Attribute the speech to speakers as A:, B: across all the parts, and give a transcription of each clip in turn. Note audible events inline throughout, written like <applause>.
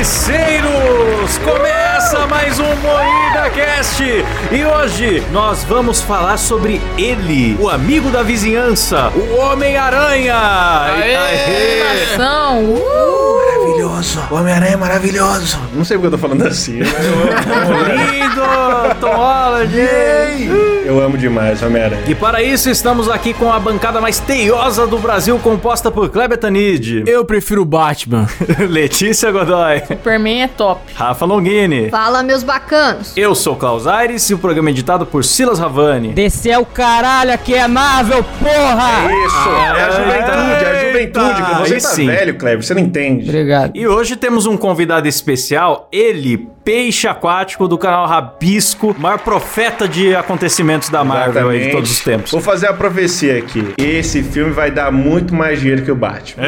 A: Carniceiros! Começa mais um Moída Cast! E hoje nós vamos falar sobre ele, o amigo da vizinhança, o Homem-Aranha!
B: Aê!
A: Aê!
C: São. uh,
D: Maravilhoso. O Homem-Aranha é maravilhoso. Não sei porque eu tô falando assim. mas Eu,
A: Lindo! Tom Holland!
D: amo, eu amo demais o Homem-Aranha.
A: E para isso estamos aqui com a bancada mais teiosa do Brasil, composta por Kleber Tanid,
B: Eu prefiro o Batman.
A: <laughs> Letícia Godoy,
C: Superman é top.
A: Rafa Longini.
E: Fala, meus bacanos.
A: Eu sou o Klaus Aires e o programa é editado por Silas Ravani.
B: Descer é o caralho aqui é Marvel, porra!
D: Isso, é a juventude, é a juventude.
A: Eita,
D: que Você
A: aí
D: tá
A: sim.
D: velho, Kleber, você não entende.
B: Obrigado.
A: E hoje temos um convidado especial, ele, peixe aquático do canal Rabisco, maior profeta de acontecimentos da Marvel aí de
D: Exatamente.
A: todos os tempos.
D: <laughs> Vou fazer a profecia aqui. Esse filme vai dar muito mais dinheiro que o Batman.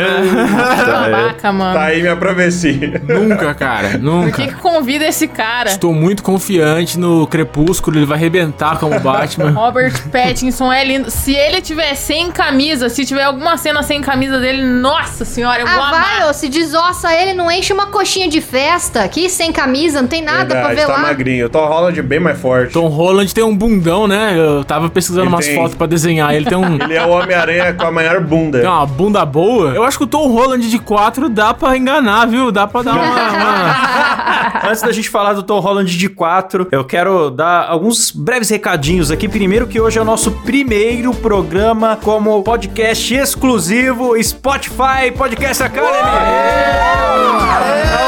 C: Caraca, mano.
D: Tá aí minha profecia.
B: Nunca, cara,
C: Por que, é?
B: nunca.
C: que convida esse cara?
B: Estou muito confiante no Crepúsculo, ele vai arrebentar como
C: <laughs>
B: Batman.
D: <laughs>
C: Robert Pattinson é lindo. Se ele tiver sem camisa, se tiver alguma cena sem camisa dele, nossa senhora, eu vou
E: Ah,
C: amar.
E: vai, ô, se desossa ele, não enche uma coxinha de festa. Aqui, sem camisa, não tem nada pra
D: Verdade,
E: ver
D: tá
E: lá.
D: magrinho. Tom Holland é bem mais forte.
B: Tom Holland tem um bundão, né? Eu tava pesquisando
D: Ele
B: umas
D: tem.
B: fotos pra desenhar. Ele tem um.
D: <laughs> Ele é o Homem-Aranha com a maior bunda.
B: tem uma bunda boa. Eu acho que o Tom Holland de 4 dá pra enganar, viu? Dá pra dar uma.
C: <laughs>
B: uma-
A: Antes da gente falar do Tom Holland de 4, eu quero dar alguns breves recadinhos aqui. Primeiro que hoje é o nosso primeiro programa como podcast exclusivo Spotify Podcast Academy. É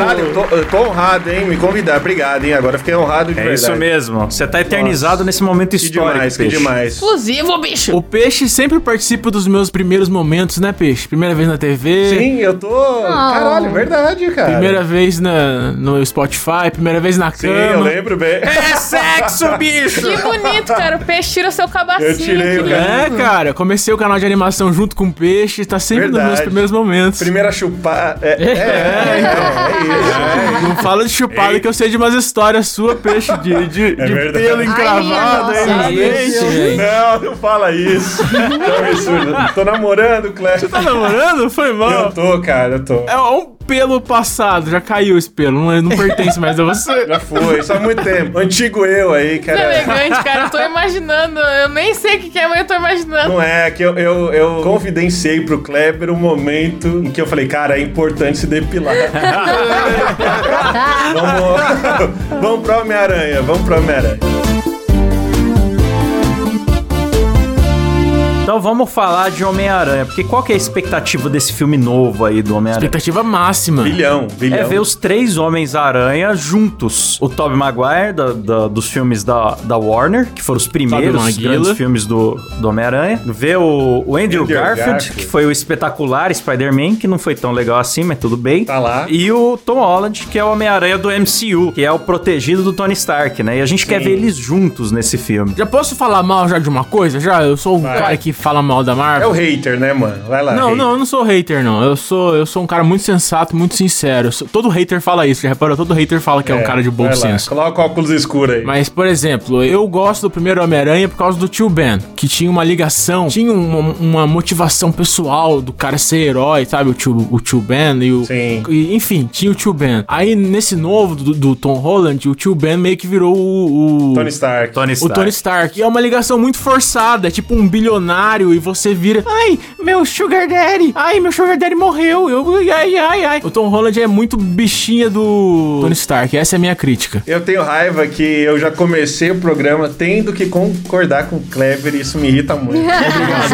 D: Caralho, tô, eu tô honrado, hein? Me convidar, obrigado, hein? Agora eu fiquei honrado de
A: É
D: verdade.
A: isso mesmo. Você tá eternizado nesse momento
D: Que
A: histórico,
D: demais, que
A: peixe.
D: demais.
C: Exclusivo, bicho.
B: O Peixe sempre participa dos meus primeiros momentos, né, Peixe? Primeira vez na TV.
D: Sim, eu tô. Caralho, verdade, cara.
B: Primeira vez na, no Spotify, primeira vez na
D: Sim,
B: cama.
D: eu lembro bem.
A: É sexo, bicho!
C: Que bonito, cara. O peixe tira o seu cabacinho.
D: Eu tirei
C: que
D: o
C: lindo.
B: É, cara, comecei o canal de animação junto com o Peixe, tá sempre nos meus
D: Verdade.
B: primeiros momentos.
D: Primeira chupada. É, é, é, então, é isso.
B: Não fala de chupada que eu sei de umas histórias sua, Peixe,
D: <laughs>
B: de, de, de
D: É verdade.
B: pelo
D: Ai,
B: encravado
E: minha
B: aí
E: nossa.
B: na mente.
D: Não, não fala isso. Não, absurdo. Tô namorando, Cléber.
B: Tá namorando? Foi
D: Eu
B: mal.
D: tô, cara, eu tô.
B: É um pelo passado, já caiu esse pelo, não, não pertence mais
D: <laughs>
B: a você.
D: Já foi, isso há muito tempo. Antigo eu aí,
C: Que
D: cara.
C: elegante, cara. Eu tô imaginando. Eu nem sei o que, que é, mas eu tô imaginando.
D: Não é, que eu, eu, eu confidenciei pro Kleber um momento em que eu falei, cara, é importante se depilar. vamos, vamos pro Homem-Aranha, vamos pro Homem-Aranha.
A: Então vamos falar de Homem-Aranha, porque qual que é a expectativa desse filme novo aí do Homem-Aranha?
B: Expectativa máxima.
D: Bilhão, bilhão.
A: É ver os três Homens-Aranha juntos. O Tobey Maguire, da- da- dos filmes da, da Warner, que foram os primeiros
B: Maguila.
A: grandes filmes do, do Homem-Aranha. Ver o, o Andrew,
D: Andrew
A: Garfield,
D: Garfield.
A: que foi o espetacular Spider-Man, que não foi tão legal assim, mas tudo bem.
D: Tá lá.
A: E o Tom Holland, que é o Homem-Aranha do MCU, que é o protegido do Tony Stark, né? E a gente quer ver eles juntos nesse filme.
B: Já posso falar mal já de uma coisa? Já, eu sou um
D: Vai.
B: cara que fala mal da Marvel.
D: É o hater, né, mano? Vai lá.
B: Não,
D: hater.
B: não, eu não sou hater, não. Eu sou, eu sou um cara muito sensato, muito sincero. Eu sou- Todo hater fala isso, já reparou? Todo hater fala que é, um cara de bom
D: vai lá,
B: senso.
D: Coloca o óculos escuro aí.
B: Mas, por exemplo, eu gosto do primeiro Homem-Aranha por causa do tio Ben, que tinha uma ligação, tinha uma, uma motivação pessoal do cara ser herói, sabe? O tio, o tio Ben e o.
D: Sim.
B: e, enfim, tinha o tio Ben. Aí, nesse novo do, do Tom Holland, o tio Ben meio que virou o. o-
D: Tony Stark.
A: Tony
B: o
A: Stark.
B: Tony Stark. E é uma ligação muito forçada, é tipo um bilionário e você vira, ai, meu Sugar Daddy, ai, meu Sugar Daddy morreu, eu, ai, ai, ai. O Tom Holland é muito bichinha do Tony Stark, essa é a minha crítica.
D: Eu tenho raiva que eu já comecei o programa tendo que concordar com o Kleber e isso me irrita
B: <laughs>
D: muito. Mas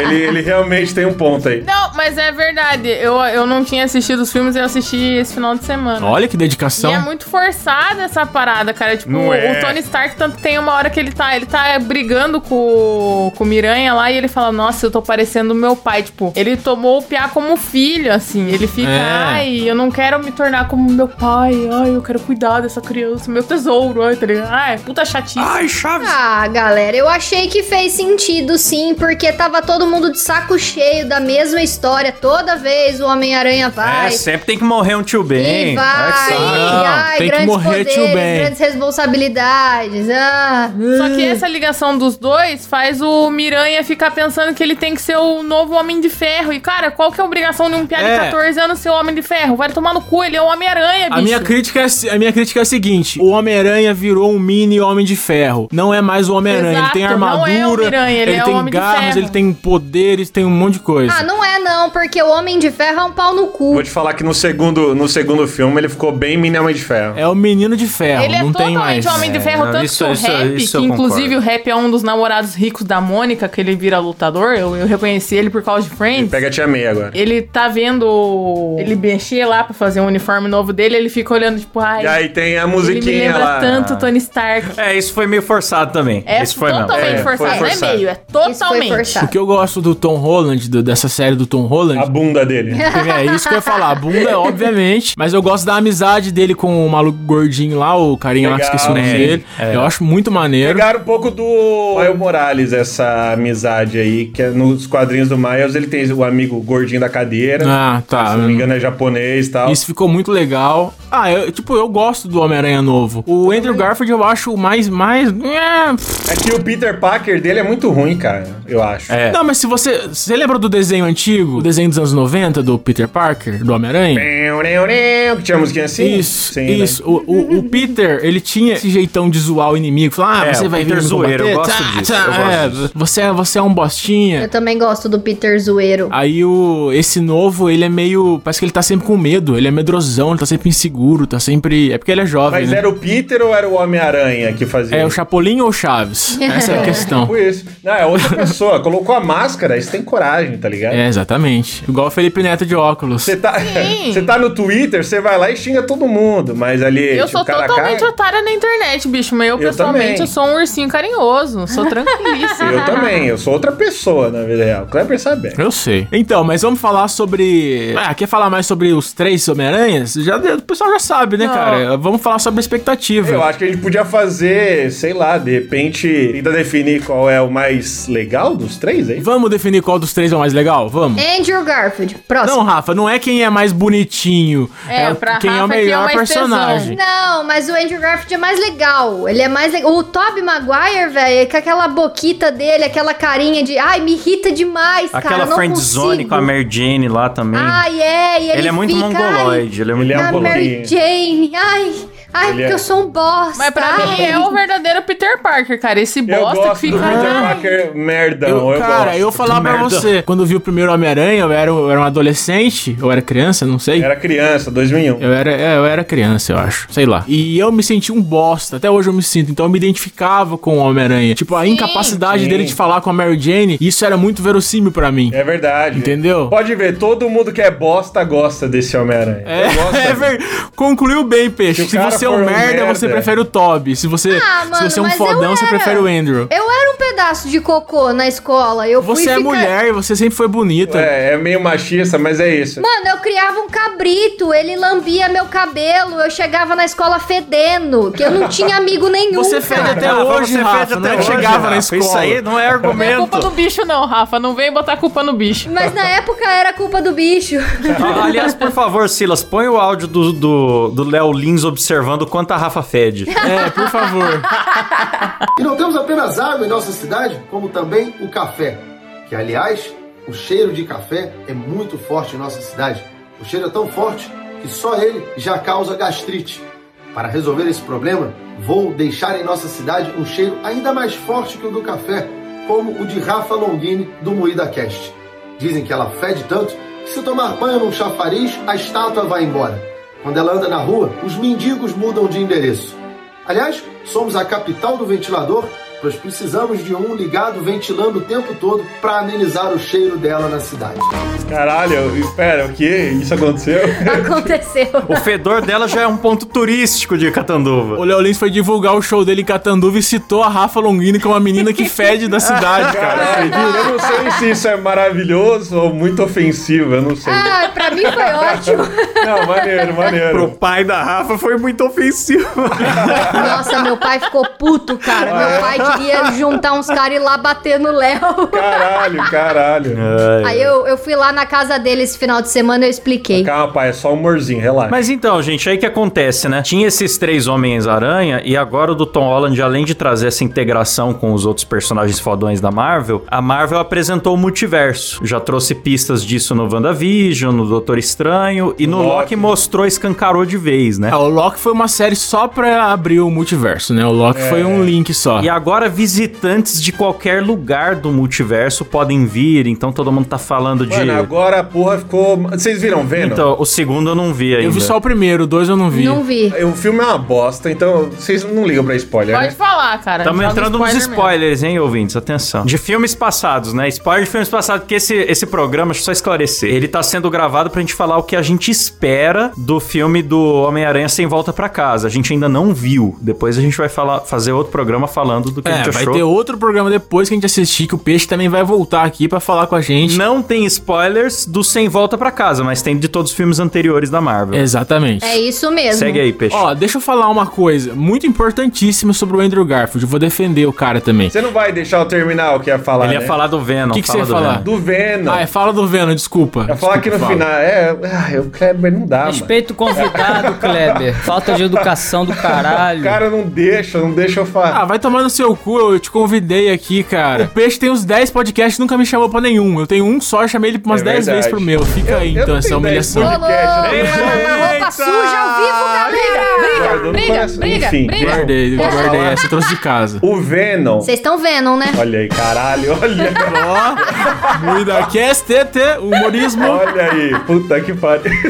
D: ele, ele realmente tem um ponto aí.
C: Não, mas é verdade. Eu, eu não tinha assistido os filmes e eu assisti esse final de semana.
B: Olha que
C: E
B: dedicação.
C: é muito forçada essa parada, cara. Tipo,
D: Não
C: o,
D: é.
C: o Tony Stark tanto tem uma hora que ele tá, ele tá brigando com, o- com o Miranha lá e ele fala: "Nossa, eu tô parecendo meu pai", tipo, ele tomou o piá como filho, assim. Ele fica:
B: É.
C: "Ai, eu não quero me tornar como meu pai. Ai, eu quero cuidar dessa criança, meu tesouro". Ai, tá ligado? Ai, puta chatice.
A: Ai, Chaves!
E: Ah, galera, eu achei que fez sentido sim, porque tava todo mundo de saco cheio da mesma história. Toda vez o Homem-Aranha
A: É,
E: vai.
A: sempre tem que morrer um tio Ben.
E: E vai,
B: saco.
E: e ai,
B: Tem que
E: grandes
B: morrer, tio
E: poderes,
B: Ben.
E: grandes responsabilidades. Ah,
C: Só que essa ligação dos dois faz o Miranha Homem-Aranha ficar pensando que ele tem que ser o novo Homem de Ferro. E, cara, qual que é a obrigação de um piá
B: É.
C: de 14 anos ser o Homem de Ferro? Vai tomar no cu, ele é o Homem-Aranha, bicho.
B: A minha, crítica é, a minha crítica é a seguinte: o Homem-Aranha virou um mini Homem de Ferro. Não é mais o Homem-Aranha. Ele
C: Exato,
B: tem
C: não é
B: armadura,
C: o Homem-Aranha, ele é o
B: tem
C: Homem de
B: garras,
C: Ferro.
B: ele tem poderes, tem um monte de coisa.
E: Ah, não é não, porque o Homem de Ferro é um pau no cu.
D: Vou te falar que no segundo, no segundo filme ele ficou bem mini Homem de Ferro.
B: É o menino de ferro,
C: Ele é
B: não tem
C: totalmente
B: mais.
C: homem de
A: É,
C: ferro,
A: não,
C: tanto
A: isso-
C: que o
A: isso-
C: rap,
A: isso eu
C: que inclusive
A: concordo.
C: o rap é um dos namorados ricos da Mônica, que ele vira lutador, eu, eu reconheci ele por causa de
B: um
C: Friends.
D: Pega a Tia May agora.
C: Ele tá vendo ele mexer lá pra fazer um uniforme novo dele, ele fica olhando, tipo, ai,
D: E aí tem a
C: ele me
D: musiquinha
C: lembra
D: lá.
C: tanto Tony Stark.
A: É, isso foi meio forçado também.
C: É
A: isso foi
E: então
A: mesmo.
E: tá
C: totalmente
D: É, foi
C: forçado, não é
D: forçado.
C: meio, é
E: Isso foi
C: totalmente.
B: O
E: forçado.
B: que eu gosto do Tom Holland, do- dessa série do Tom Holland.
D: A bunda dele.
B: <laughs> É isso que eu ia falar. A bunda, obviamente. Mas eu gosto da amizade dele com o maluco gordinho lá, o carinha lá que
D: Legal,
B: esqueci o nome
A: né?
B: dele.
A: É.
B: Eu acho muito maneiro.
D: Pegaram um pouco do Miles Morales, essa amizade aí, que é nos quadrinhos do Miles ele tem o amigo gordinho da cadeira.
B: Ah, tá.
D: Se não me engano, é japonês e tal.
B: Isso ficou muito legal. Ah, eu, tipo, eu gosto do Homem-Aranha novo. O Andrew Garfield eu acho o mais, mais... é, pff.
D: É que o Peter Parker dele é muito ruim, cara, eu acho.
A: É.
B: Não, mas se você... Você lembra do desenho antigo? O desenho dos anos 90, do Peter Parker, do Homem-Aranha?
D: Que tinha a musiquinha assim?
B: Isso,
D: Sim, né?
B: isso. O, o- o Peter, ele tinha esse jeitão de zoar o inimigo. Falar, ah,
A: É,
B: você
A: o
B: vai
A: Peter
B: vir me
A: zoeiro,
B: combater.
A: eu gosto disso, eu gosto
B: é,
A: disso.
B: Você, é- você é um bostinha.
E: Eu também gosto do Peter Zoeiro.
B: Aí o esse novo, ele é meio, parece que ele tá sempre com medo, ele é medrosão, ele tá sempre inseguro, tá sempre, é porque ele é jovem,
D: Mas
B: né?
D: era o Peter ou era o Homem-Aranha que fazia?
B: É o Chapolin ou o Chaves?
C: <laughs>
B: Essa é a questão.
D: Tipo isso. Não, é outra pessoa. Colocou a máscara, isso tem coragem, tá ligado?
B: É, exatamente. Igual o Felipe Neto de óculos.
D: Você tá, você tá no Twitter, você vai lá e xinga todo mundo, mas ali,
C: Eu
D: tipo,
C: sou
D: cara a
C: totalmente
D: cara,
C: otária na internet, bicho, mas eu,
D: Eu
C: pessoalmente
D: também.
C: eu sou um ursinho carinhoso, sou tranquilíssimo.
D: <laughs> Eu também, eu sou outra pessoa na vida real. Kleber sabe.
B: Eu sei. Então, mas vamos falar sobre. Ah, quer falar mais sobre os três Homem-Aranhas? Já, o pessoal já sabe, né,
C: Não.
B: cara? Vamos falar sobre a expectativa.
D: Eu acho que a gente podia fazer, sei lá, de repente, tentar definir qual é o mais legal dos três, hein?
B: Vamos definir qual dos três é o mais legal? Vamos.
E: Andrew Garfield, próximo.
B: Não, Rafa, não é quem é mais bonitinho.
C: assim- É,
B: o-
C: pra
B: quem é
C: Rafa
B: o
C: é quem é o
B: melhor
C: mais
A: É.
B: personagem.
E: Não, mas o Andrew Garfield é mais legal. Ele é mais legal. O Tobey Maguire, velho, com aquela boquita dele, aquela carinha de. Ai, me irrita demais, cara.
A: Aquela
E: eu não
A: friendzone
E: consigo."
A: com a Mary Jane lá também.
E: Ai, é. E ele,
A: ele, é muito
E: fica,
A: mongoloide. Ele é muito
D: Ele é
E: Ai, a
A: mongoloide.
E: Mary
D: Mongoloide.
E: Jane. Ai, ai,
D: Ele
E: porque
D: é-
E: eu sou um bosta.
C: Mas pra mim
E: ai.
C: é o verdadeiro Peter Parker, cara. Esse
D: Eu
C: bosta que
D: gosto
C: fica.
D: do Peter
C: "Ah,
D: Parker merdão,
B: Eu-
D: eu,
B: cara,
D: gosto.
B: eu falar pra
A: merda.
B: você, quando eu vi o primeiro Homem-Aranha, eu era, eu era um adolescente, eu era criança, não sei.
D: Era criança, 2001.
B: Eu era, é, eu era criança, eu acho. Sei lá. E eu me senti um bosta. Até hoje eu me sinto. Então eu me identificava com o Homem-Aranha. Tipo, a incapacidade
D: sim.
B: dele de falar com a Mary Jane, isso era muito verossímil pra mim.
D: É verdade.
B: Entendeu?
D: Pode ver, todo mundo que é bosta gosta desse Homem-Aranha. Eu gosto
B: <laughs> É,
D: dele.
B: ver... Concluiu bem,
D: Se
B: Peixe.
D: o
B: Se,
D: cara
B: você é um
D: for um
B: merda,
D: merda.
B: você prefere o Toby. Se você,
E: Ah, mano,
B: se você é um
E: mas eu
B: fodão, você
E: era.
B: prefere o Andrew.
E: Eu era um pedaço de cocô na escola. Eu fui
B: Você é
E: ficar-
B: mulher e você sempre foi bonita.
D: É, é meio machista, mas é isso.
E: Mano, eu criava um cabrito, ele lambia meu cabelo, eu chegava na escola fedendo, que eu não tinha amigo nenhum.
B: Você fede
E: cara.
B: até
A: Rafa,
B: hoje,
A: você
B: Rafa,
A: fede
B: não
A: até
B: é que
A: hoje,
B: chegava na
A: Rafa. Isso
B: escola.
A: aí não é
C: Não é culpa do
A: argumento.
C: bicho, não, Rafa. Não vem botar culpa no bicho.
E: Mas na época era culpa do bicho.
A: Ah, Aliás, por favor, Silas, põe o áudio do- do do Léo Lins observando quanto a Rafa fede.
B: É, por favor.
F: E não temos apenas água em nossa cidade, como também o café. Que, aliás, o cheiro de café é muito forte em nossa cidade. O cheiro é tão forte que só ele já causa gastrite. Para resolver esse problema, vou deixar em nossa cidade um cheiro ainda mais forte que o do café, como o de Rafa Longini do Moída Cast. Dizem que ela fede tanto que se tomar banho num chafariz, a estátua vai embora. Quando ela anda na rua, os mendigos mudam de endereço. Aliás, somos a capital do ventilador, pois precisamos de um ligado ventilando o tempo todo para amenizar o cheiro dela na cidade.
D: Caralho, espera, o que? Isso aconteceu?
E: Aconteceu.
A: O fedor dela já é um ponto turístico de
B: O
A: Catanduva.
B: Léo Lins foi divulgar o show dele em Catanduva e citou a Rafa Longini, que é uma menina que fede
E: <laughs>
B: da
A: <laughs>
B: cidade, cara.
D: Caralho, eu não sei se isso é maravilhoso ou muito ofensivo, eu não sei.
E: Ah, pra mim foi ótimo.
D: Não, maneiro,
A: Pro
D: maneiro.
A: pai da Rafa foi muito ofensivo.
E: Nossa, meu pai ficou puto, cara. Meu pai queria juntar uns caras e ir lá bater no Léo.
D: Caralho, caralho.
A: É.
E: Aí eu, eu fui lá na casa dele esse final de semana e eu expliquei.
D: Calma, pai, é só humorzinho, relaxa.
A: Mas então, gente, aí que acontece, né? Tinha esses três Homens-Aranha e agora o do Tom Holland, além de trazer essa integração com os outros personagens fodões da Marvel, a Marvel apresentou o multiverso. Já trouxe pistas disso no WandaVision, no Doutor Estranho e no
D: Loki.
A: Loki, mostrou, escancarou de vez, né?
B: Ah, o Loki foi uma série só pra abrir o multiverso, né? O Loki foi um link só.
A: E agora visitantes de qualquer lugar do multiverso podem vir, então todo mundo tá falando de...
D: Mano, agora a porra ficou. Vocês viram Venom?
A: Então, o segundo eu não vi ainda.
B: Eu vi só o primeiro, o dois eu não vi.
E: Não vi.
D: O filme é uma bosta, então vocês não ligam pra spoiler,
C: Pode
D: né?
C: falar, cara.
A: Estamos
C: É, Joga
A: entrando nos
C: spoiler mesmo.
A: spoilers, hein, ouvintes? Atenção. De filmes passados, né? Spoiler de filmes passados, porque esse, esse programa, deixa eu só esclarecer, ele tá sendo gravado pra gente falar o que a gente espera do filme do Homem-Aranha Sem Volta Pra Casa. A gente ainda não viu. Depois a gente vai falar, fazer outro programa falando do que a
B: É,
A: gente
B: vai
A: achou.
B: ter outro programa depois que a gente assistir, que o Peixe também vai voltar aqui pra falar com a gente.
A: Não tem spoilers do Sem Volta Pra Casa, mas tem de todos os filmes anteriores da Marvel.
B: Exatamente.
E: É isso mesmo.
A: Segue aí, Peixe.
B: Ó, deixa eu falar uma coisa muito importantíssima sobre o Andrew Garfield. Eu vou defender o cara também.
D: Você não vai deixar eu terminar o que ia falar.
A: Ele ia
D: né?
A: falar do Venom.
B: O que que
A: fala
B: você ia
A: do
B: falar?
A: Venom.
D: do Venom.
B: Ah, é, fala do Venom, desculpa.
D: Ia falar que no
B: Desculpa,
D: final. É. Ah, o Kleber não dá, mano.
G: Respeito o convidado,
D: <laughs>
G: Kleber. Falta de educação do
D: O
G: caralho.
D: cara não deixa, não deixa eu
B: Ah,
D: falar.
B: vai tomar no seu cu, eu te convidei aqui, cara. O Peixe tem uns 10 podcasts nunca me chamou pra nenhum. Eu tenho um só, eu chamei ele umas
D: É
B: 10
D: verdade.
B: vezes pro meu. Fica aí,
D: eu
B: então,
D: não
B: essa
D: tenho
B: humilhação.
D: 10
E: Ô, louco,
B: né?
D: Podcast.
E: uma roupa
A: Eita!
E: suja ao vivo, galera!
D: Guardou no
C: Briga,
D: coração.
C: briga,
D: Enfim,
C: briga.
D: deixa eu
B: Guardei,
D: falar.
B: guardei essa, eu trouxe de casa.
D: O Venom.
E: Vocês estão vendo, né?
D: Olha aí, caralho, olha.
B: Ó, muida QSTT, humorismo.
D: Olha aí, puta que pariu. <laughs>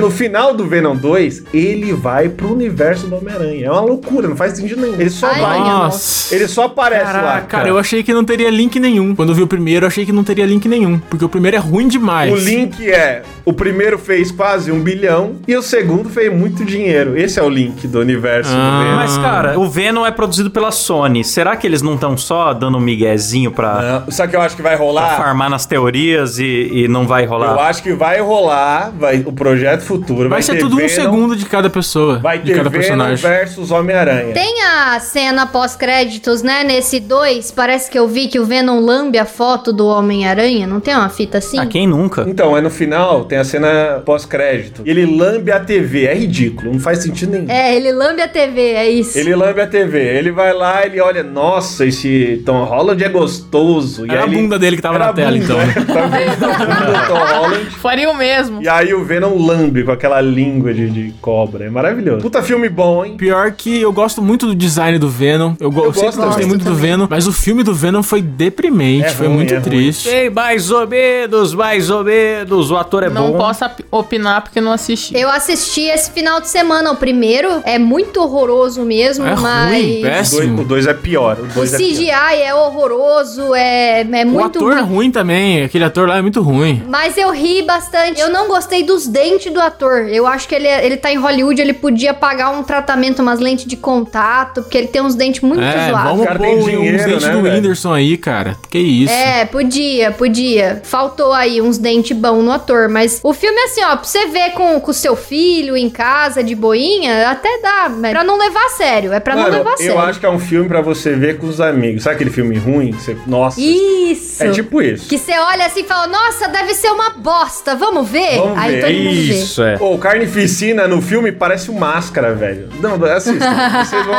D: No final do Venom 2, ele vai pro universo do Homem-Aranha. É uma loucura, não faz sentido nenhum. Ele só
E: Ai,
D: vai.
E: meu
B: Nossa.
D: Ele só é aparece lá.
B: Caraca, cara, eu achei que não teria link nenhum. Quando eu vi o primeiro, eu achei que não teria link nenhum. Porque o primeiro é ruim demais.
D: O link é: o primeiro fez quase um bilhão e o segundo fez muito dinheiro. Esse é o link do universo
B: Ah.
D: do Venom.
A: Mas, cara, o Venom é produzido pela Sony. Será que eles não estão só dando um miguezinho pra...
B: É.
D: Ah, Sabe o que eu acho que vai
A: pra
D: rolar?
A: farmar nas teorias e, e não vai
D: Eu
A: rolar.
D: acho que vai rolar vai, o projeto futuro.
B: Vai ser
D: ter
B: tudo um
D: Venom,
B: segundo de cada pessoa.
D: Vai
B: de
D: ter
B: cada
D: Venom
B: personagem.
D: versus Homem-Aranha.
E: Tem a cena pós-créditos, né? Nesse 2, parece que eu vi que o Venom lambe a foto do Homem-Aranha. Não tem uma fita assim?
A: A Ah, quem nunca?
D: Então, é no final, tem a cena pós-crédito. Ele lambe a TV, é ridículo, não faz sentido nenhum.
E: É, ele lambe a TV, é isso.
D: Ele lambe a TV, ele vai lá, ele olha, nossa, esse Tom Holland é gostoso.
B: Era a
D: ele-
B: bunda dele que tava
D: Era
B: na
D: a
B: tela,
D: bunda, <laughs>
B: então.
D: né? Tava vendo o Tom Holland.
C: Faria o mesmo.
D: E aí o Venom lambe com aquela língua de, de cobra, é maravilhoso. Puta filme bom, hein?
B: Pior que eu gosto muito do design do Venom. Eu, go-
D: Eu
B: eu sempre
D: gosto
B: gostei
D: também.
B: muito do Venom, mas o filme do Venom foi deprimente,
D: É
B: foi
D: ruim,
B: muito
D: é ruim.
B: triste.
A: Sei, mais ou menos, mais ou menos. O ator é
C: não
A: bom.
C: posso ap- opinar porque não assisti.
E: Eu assisti esse final de semana, o primeiro. É muito horroroso mesmo,
B: É ruim,
E: mas.
B: péssimo.
D: O dois- o 2 é pior. O
E: o
D: 2 é pior.
E: CGI é horroroso, é, é
B: O
E: muito
B: ator é ruim também, aquele ator lá é muito ruim.
E: Mas eu ri bastante. Eu não gostei dos dentes do ator. Eu acho que ele, ele tá em Hollywood, ele podia pagar um tratamento, umas lentes de contato, porque ele tem uns dentes muito
B: É,
E: zoados.
B: vamos
D: cara
B: pôr
D: tem
B: uns
D: dinheiro,
B: dentes
D: né,
B: do
D: velho?
B: Whindersson aí, cara. Que isso.
E: É, podia, podia. Faltou aí uns dentes bons no ator, mas o filme é assim, ó, pra você ver com o seu filho em casa, de boinha, até dá, mas é pra não levar a sério, é pra não
D: Mano,
E: levar a
D: eu
E: sério.
D: acho que é um filme pra você ver com os amigos. Sabe aquele filme ruim? que você- Nossa.
E: Isso!
D: É tipo isso.
E: Que você olha assim e fala, nossa, deve ser uma bosta, vamos ver?
D: Vamos
E: aí
D: ver,
E: todo mundo vê.
A: Isso, é.
D: Ô, Carnificina no filme parece o Máscara, velho. Não, assista. vocês, vão,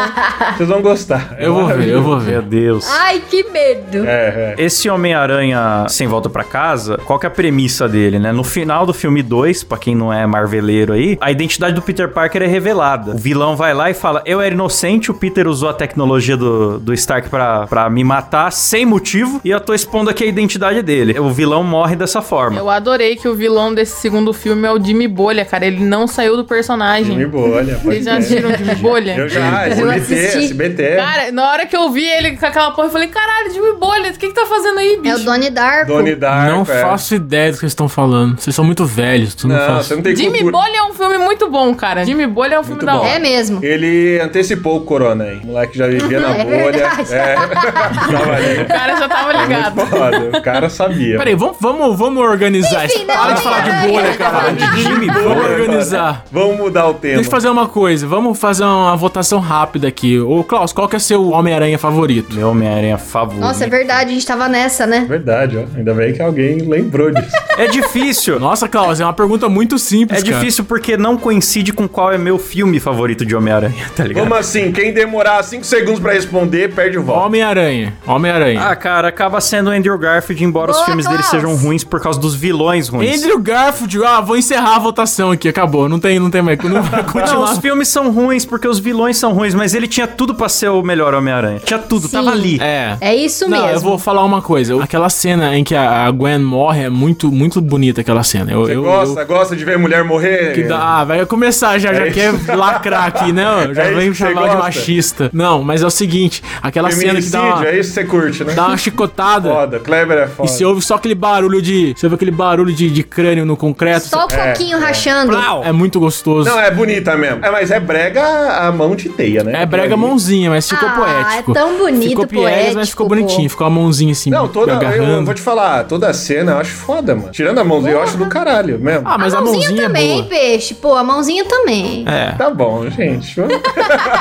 D: vocês vão gostar. É
B: Eu vou ver, eu vou
A: Meu
B: ver.
A: Deus.
C: Ah.
E: Ai, que medo.
D: É, é.
A: Esse Homem-Aranha Sem Volta pra Casa, qual que é a premissa dele, né? No final do filme 2, pra quem não é marveleiro aí, a identidade do Peter Parker é revelada. O vilão vai lá e fala, eu era inocente, o Peter usou a tecnologia do, do Stark pra, pra me matar sem motivo, e eu tô expondo aqui a identidade dele. O vilão morre dessa forma.
C: Eu adorei que o vilão desse segundo filme é o Jimmy Bolha, cara. Ele não saiu do personagem.
D: Filme bolha. pode
C: Vocês já
D: ver.
C: assistiram Jimmy Bolha?
D: Eu já,
E: Eu
D: SBT,
E: assisti.
D: SBT.
C: Cara, na hora que eu vi ele com aquela porra, eu falei, caralho, Jimmy Bolha, o que que tá fazendo aí,
E: É
C: bicho?
E: o Donnie Darko.
D: Donnie Darko.
B: Não
D: é.
B: faço ideia do que vocês estão falando. Vocês são muito velhos, tu não,
D: Não,
B: faz.
D: você não tem
C: Jimmy
D: cultura.
C: Bolha é um filme muito bom, cara. Jimmy Bolha é um filme
D: Muito
C: da
D: bom.
C: hora.
E: É mesmo.
D: Ele antecipou o corona aí. O moleque já vivia na
E: <laughs> É
D: bolha.
E: verdade.
D: É, <laughs> tava
C: O cara já tava
D: É
C: ligado.
D: ali. Foda, o cara sabia.
B: Peraí, vamos, vamos, vamos organizar isso.
E: Enfim, não,
B: Para de
E: não,
B: falar
E: não,
B: de
E: não,
B: bolha,
E: não,
B: cara.
E: não, não.
A: Time
B: Vamos
D: Agora,
B: organizar.
D: né, Vamos mudar o tema.
B: Deixa eu fazer uma coisa, vamos fazer uma votação rápida aqui. Ô, Klaus, qual que é seu Homem-Aranha favorito?
A: Meu Homem-Aranha favorito.
E: Nossa, é verdade, a gente tava nessa, né?
D: Verdade, ó. Ainda bem que alguém lembrou disso.
C: <laughs>
A: É difícil.
B: Nossa, Klaus, é uma pergunta muito simples,
A: É
B: cara.
A: difícil porque não coincide com qual é meu filme favorito de Homem-Aranha, tá ligado?
D: <laughs> Vamos assim, quem demorar 5 segundos pra responder, perde o voto.
B: Homem-Aranha, Homem-Aranha.
A: Ah, cara, acaba sendo o Andrew Garfield, embora os
E: Boa,
A: filmes dele
E: Klaus.
A: sejam ruins por causa dos vilões ruins.
B: Andrew Garfield, ah, vou encerrar a votação aqui, acabou, não tem, não tem mais,
D: <laughs>
B: não vai
A: Não, os
B: continuar.
A: filmes são ruins porque os vilões são ruins, mas ele tinha tudo pra ser o melhor Homem-Aranha. Tinha tudo,
E: Sim.
A: tava ali.
B: É.
E: É isso
B: Não,
E: mesmo.
B: eu vou falar uma coisa. Aquela cena em que a a Gwen morre é muito, muito bonita aquela cena. Eu,
D: Você
B: eu-
D: gosta,
B: eu-
D: gosta de ver mulher morrer?
B: que dá- ah, vai começar já, já
D: É
B: quer lacrar aqui,
D: <laughs>
B: né? Já
D: É isso
B: vem
D: que você
B: chamar de
D: gosta?
B: machista. Não, mas é o seguinte, aquela cena que
D: Feminicídio,
B: dá uma,
D: é isso que você curte, né?
B: dá uma chicotada
D: Foda, Kleber é
B: e
D: foda.
B: você ouve só aquele barulho de, você ouve aquele barulho de, de crânio no concreto.
E: Só o coquinho rachando.
B: É muito gostoso.
D: Não, é bonita mesmo. É, mas é brega a mão de teia, né?
B: É brega
D: Aquilo ali.
B: mãozinha, mas ficou
E: Ah,
B: poético.
E: é tão bonito,
B: ficou piegas, mas ficou
E: poético,
B: bonitinho.
E: pô.
B: Ficou a mãozinha assim,
D: Não, toda. Eu,
B: agarrando.
D: vou te falar, toda a cena eu acho foda, mano. Tirando a mãozinha, eu acho do caralho mesmo.
B: Ah, mas a mãozinha, é
E: também,
B: boa. É.
E: peixe. Pô, a mãozinha também.
D: Tá bom, gente.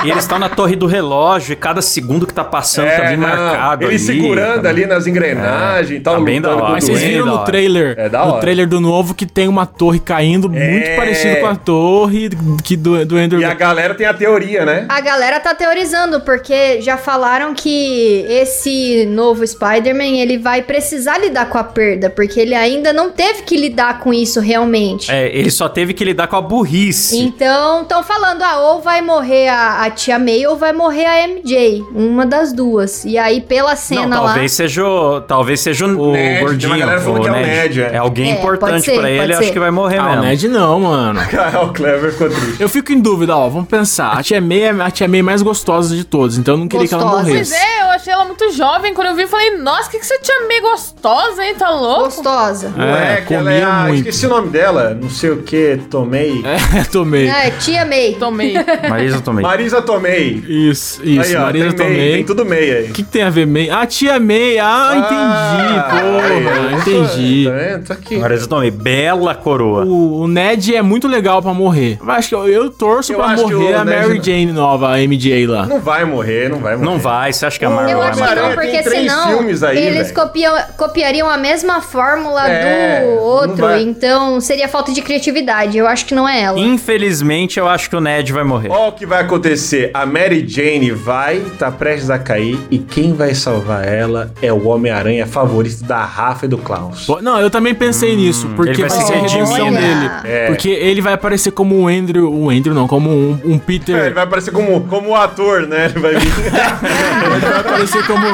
A: E eles estão na torre do relógio e cada segundo que tá passando tá bem
D: É, não,
A: marcado.
D: Ele
A: ali,
D: segurando
A: tá-
D: ali nas engrenagens e
B: É,
D: tal.
A: tá bem da
D: lutando
A: hora.
D: com
B: Mas
D: o
B: vocês
D: doente.
A: Bem
B: viram
A: da
B: no
A: hora.
B: trailer,
D: É da
B: no
D: hora.
B: trailer do novo, que tem uma torre caindo muito
D: É.
B: parecido com a torre que do, do Andrew.
D: E a galera tem a teoria, né?
B: Ah.
E: A galera tá teorizando, porque já falaram que esse novo Spider-Man, ele vai precisar lidar com a perda, porque ele ainda não teve que lidar com isso realmente.
A: É, ele só teve que lidar com a burrice.
E: Então, estão falando, ah, ou vai morrer a, a tia May ou vai morrer a MJ, uma das duas. E aí, pela
A: Não,
E: cena lá...
A: talvez seja, o- talvez seja o
D: Ned, tem uma
A: gordinho.
D: galera falando
A: o
D: que é o Ned, é.
A: é. alguém
E: É, pode
A: importante
E: ser,
A: pra ele,
E: pode
A: acho
E: ser.
A: que vai morrer
B: Ah, o
A: É mesmo.
B: Ned não, mano.
D: Cara, o Clever ficou triste.
B: Eu fico em dúvida, ó, vamos pensar. A tia May é a tia May mais gostosa de todos, então eu não queria que ela
E: Gostosa.
B: morresse.
C: Pois é, eu achei ela muito jovem. Quando eu vi, eu falei, nossa, o que, que você tinha meio gostosa, hein? Tá louco?
E: Gostosa.
D: Moleque, ela é
B: comia
D: a...
B: muito.
D: Esqueci o nome dela. Não sei o que, Tomei.
B: <laughs> É, tomei.
E: É, tia May.
D: Então,
C: Tomei.
A: Marisa também.
D: Marisa Tomei.
B: Isso, isso.
D: aí, ó,
B: Marisa
D: tem May,
B: tomei.
D: Tem tudo May aí.
B: O que, que tem a ver May? Ah, tia May. Ah, entendi. Porra,
D: aí,
B: entendi.
D: Tá vendo? Tô aqui.
A: <laughs> Marisa também. Bela coroa.
B: O, o Ned é muito legal pra morrer. Eu Acho que eu, eu torço
D: Eu
B: pra
D: acho que
B: morrer
D: o
B: a
D: Ned
B: Mary
D: não-
B: Jane nova, a MJ lá.
D: Não vai morrer, não vai morrer.
A: Não vai, você acha que é a Marvel
E: Eu
A: vai
E: acho
A: matar?
E: que
D: Homem-Aranha
E: não, porque
D: tem três
E: senão
D: filmes aí,
E: eles
D: velho.
E: copiam- copiariam a mesma fórmula
D: É,
E: do
D: não
E: outro,
D: vai.
E: então seria falta de criatividade. Eu acho que não é ela.
A: Infelizmente, eu acho que o Ned vai morrer.
D: Ó o que vai acontecer. A Mary Jane vai, tá prestes a cair, e quem vai salvar ela é o Homem-Aranha favorito da Rafa e do Klaus.
B: Pô, Não, eu também pensei
D: Hum,
B: nisso, porque
A: ele vai
B: vai
A: se
B: ser a redenção
E: redimir,
B: dele.
E: né?
D: É.
B: Porque ele vai aparecer como um Andrew. Um Andrew não, como um, um Peter.
D: É, ele vai aparecer como, como o ator, né? Ele vai <laughs> vir.
B: Ele vai aparecer como.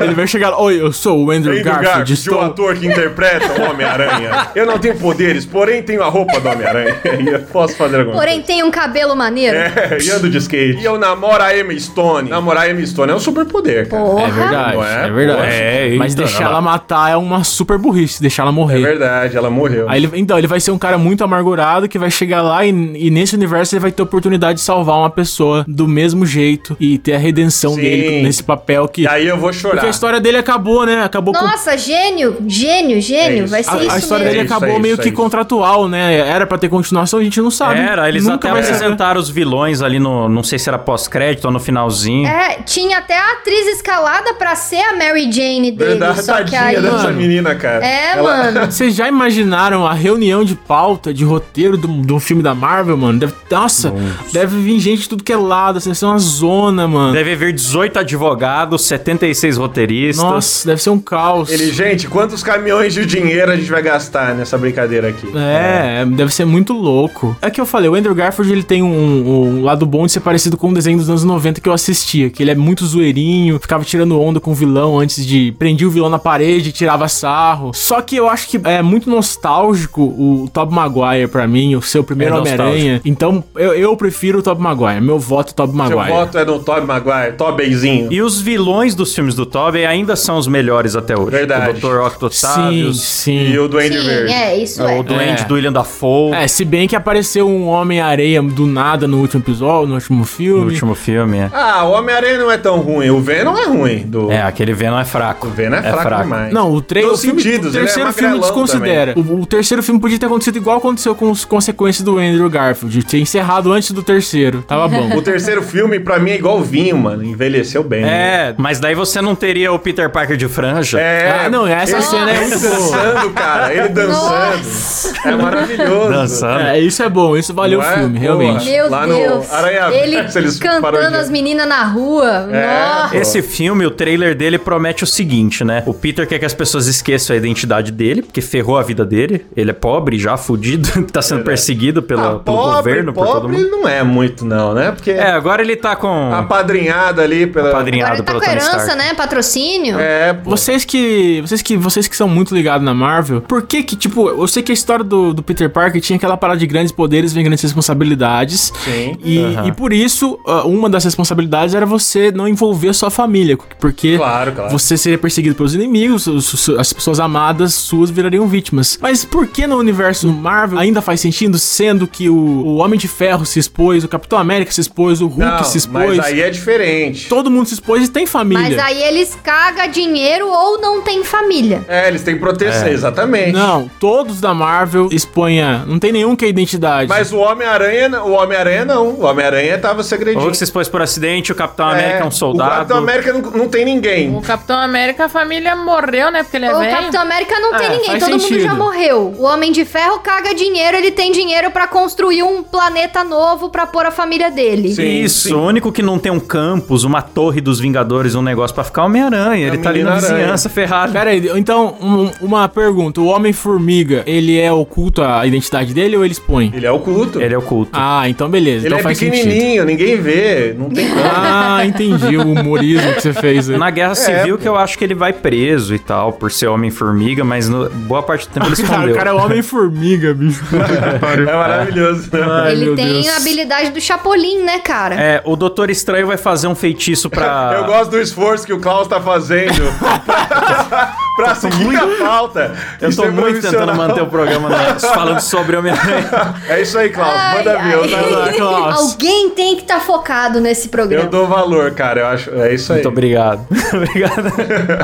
B: Ele vai chegar lá. Oi, eu sou o Andrew,
D: Andrew
B: Garfield.
D: Garfield,
B: estou... É
D: o um ator que interpreta o Homem-Aranha. Eu não tenho poderes, porém tenho a roupa do Homem-Aranha. <laughs> E eu posso fazer alguma
E: Porém, tem um cabelo maneiro.
D: coisa. É, <laughs> e ando de skate. E eu namoro a Emma Stone. Namorar a Emma Stone é um superpoder, cara.
E: Porra.
B: É verdade,
D: Não é? Então,
B: é, verdade.
A: É, eita,
B: Mas deixar
A: olha lá.
B: ela matar é uma super burrice, deixar ela
D: É
B: morrer.
D: verdade, ela morreu.
B: Aí ele- então, ele vai ser um cara muito amargurado que vai chegar lá e, e nesse universo ele vai ter a oportunidade de salvar uma pessoa do mesmo jeito e ter a redenção
D: Sim.
B: dele nesse papel que.
D: E aí eu vou chorar.
B: Porque a história dele acabou, né? Acabou com.
E: Nossa, gênio, gênio, gênio.
D: É isso.
E: Vai ser
B: A, a
E: isso
B: história
E: mesmo.
B: dele
D: É isso,
B: acabou
D: é
B: meio
D: isso,
B: que
D: é isso.
B: contratual, né? Era pra ter continuação, a gente não sabe.
A: Era, eles
B: Nunca
A: até
B: vai saber.
A: apresentaram os vilões ali no. Não sei se era pós-crédito ou no finalzinho.
E: É, tinha até a atriz escalada pra ser a Mary Jane dele.
D: Verdade,
E: só que
D: tadinha
E: aí.
D: dessa
B: Mano.
D: menina, cara.
E: É,
D: Ela-
E: mano.
B: Vocês já imaginaram a reunião de pauta, de roteiro do, do filme da Marvel, mano? Deve- nossa, deve vir gente de tudo que é lado, assim, deve ser uma zona, mano.
A: Deve haver 18 advogados, 76 roteiristas.
B: nossa, deve ser um caos.
D: Ele, gente, quantos caminhões de dinheiro a gente vai gastar nessa brincadeira aqui?
B: É, deve ser muito louco. É que eu falei, o Andrew Garfield ele tem um, um lado bom de ser parecido com um desenho dos anos 90 que eu assistia, que ele é muito zoeirinho, ficava tirando onda com o vilão antes de prendia o vilão na parede, tirava sarro. Só que eu acho que é muito nostálgico o Tobey Maguire pra mim, o seu primeiro
A: É
B: Homem-Aranha. Então eu, eu prefiro o Tobey Maguire, meu voto é Tobey
D: Seu
B: Maguire.
D: voto é no Toby Maguire, Tobeyzinho.
A: E os vilões dos filmes do Tobey ainda são os melhores até hoje.
D: Verdade.
A: O Dr. Octo
B: Sim,
A: Sabius,
B: sim.
D: E o <laughs> Duende
E: Sim,
D: Verde.
E: é, isso
A: o
E: é.
A: Duende
B: É.
A: do William Dafoe
B: É, se bem que apareceu um Homem-Areia do nada no último episódio, no último filme.
A: no último filme. É.
D: Ah, o Homem-Aranha não é tão ruim. O Venom é ruim. Do...
A: É, aquele Venom é fraco.
D: O Venom é, fraco, demais.
B: Não, o, tre- o,
D: Todos
B: filme,
D: sentidos, ele
B: o
D: é
B: terceiro filme
D: magrelão
B: desconsidera. O, o terceiro filme podia ter acontecido igual aconteceu com os consequências do Andrew Garfield. de Ter encerrado antes do terceiro.
D: <laughs>
B: Tava bom.
D: O terceiro filme, pra mim, é igual o vinho, mano. Envelheceu bem.
A: É, mas daí você não teria o Peter Parker de franja.
D: É.
B: Ah, não, essa
D: ele-
B: cena é
D: ele
B: muito boa.
D: dançando, cara. Ele dançando. É maravilhoso.
A: Dançando.
B: É, isso é bom, isso valeu
D: Não
B: o
D: é?
B: filme,
D: Boa.
B: realmente.
E: Meu
D: Lá no
E: Deus.
D: Aranha Versa, <laughs> eles
E: Ele cantando
D: parodiam.
E: as meninas na rua.
D: É,
E: Nossa.
A: Esse filme, o trailer dele promete o seguinte, né? O Peter quer que as pessoas esqueçam a identidade dele, porque ferrou a vida dele. Ele é pobre, já fudido, <laughs> tá sendo perseguido pela-
D: Ah,
A: pelo
D: pobre,
A: governo,
D: pobre
A: por todo mundo.
D: não é muito, não, né? Porque
A: É, agora ele tá com
D: apadrinhado ali pela...
E: Agora
A: padrinhado
E: ele tá
A: pelo
E: com
A: Tony
E: herança,
A: Stark.
E: né? Patrocínio.
D: É, pô.
B: Vocês que, vocês que. Vocês que são muito ligados na Marvel, por que que, tipo, eu sei que a história do, do Peter Parker tinha aquela parada de grandes poderes vem grandes responsabilidades.
D: Sim.
B: E, e por isso, ah, uma das responsabilidades era você não envolver a sua família. Porque
D: Claro, claro.
B: você seria perseguido pelos inimigos, os- os- as pessoas amadas suas virariam vítimas. Mas por que no universo Marvel ainda faz sentido, sendo que o, o Homem de Ferro se expôs, o Capitão América se expôs, o Hulk
D: Não,
B: se expôs.
D: mas aí é diferente.
B: Todo mundo se expôs e tem família.
E: Mas aí eles cagam dinheiro ou não tem família.
D: É, eles têm proteção, exatamente.
B: Não, todos da Marvel expõem. a- Não tem nenhum que é identidade.
D: Mas o Homem-Aranha, o Homem-Aranha não. O Homem-Aranha tava segredinho.
A: Ou que se expôs por acidente, o Capitão América é um
D: O
A: soldado.
D: Capitão América não, não tem ninguém.
C: O Capitão América, a família morreu, né? Porque ele é
E: O
C: velho.
E: Capitão América não tem
B: É,
E: ninguém,
B: faz
E: todo mundo
B: sentido.
E: já morreu. O Homem de Ferro caga dinheiro, ele tem dinheiro pra construir um planeta novo pra pôr a família dele.
D: Sim,
A: Isso,
D: sim.
A: o único que não tem um campus, uma torre dos Vingadores, um negócio pra ficar é o Homem-Aranha. Ele
D: o
A: tá ali na
D: Menino Aranha.
A: vizinhança ferrado.
B: Pera aí, então, um- uma pergunta. O Homem-Formiga, ele é oculto a identidade dele ou ele expõe?
D: Ele é oculto.
A: Ele é oculto.
B: Ah, então beleza.
D: Ele
B: então
D: é
B: faz
D: pequenininho,
B: sentido.
D: ninguém vê. Não tem como.
B: Ah, entendi o humorismo que você fez aí.
A: Na Guerra Civil, que eu acho que ele vai preso e tal, por ser Homem-Formiga, mas no- boa parte do tempo
B: <laughs>
A: ele
B: Cara,
A: escondeu.
B: o cara é o Homem-Formiga, bicho.
A: Ah,
D: <laughs> é maravilhoso. né?
B: Ai,
E: ele
B: meu
E: tem
B: Deus.
E: a habilidade do Chapolin, né, cara?
A: É, o Doutor Estranho vai fazer um feitiço pra.
D: <laughs> Eu gosto do esforço que o Klaus
A: <laughs>
D: tá fazendo pra- pra seguir a pauta.
A: Eu
D: Isso
A: tô
D: é
A: muito tentando
D: profissional.
A: manter o programa na- falando
E: <laughs>
A: sobre Homem-Aranha.
D: É isso aí, Klaus. Manda ver. Eu,
B: ai.
D: dou-
B: lá, Klaus.
E: Alguém tem que estar focado nesse
D: eu
E: programa.
D: dou valor, cara. Eu acho. É isso aí.
A: Muito obrigado. <laughs> obrigado.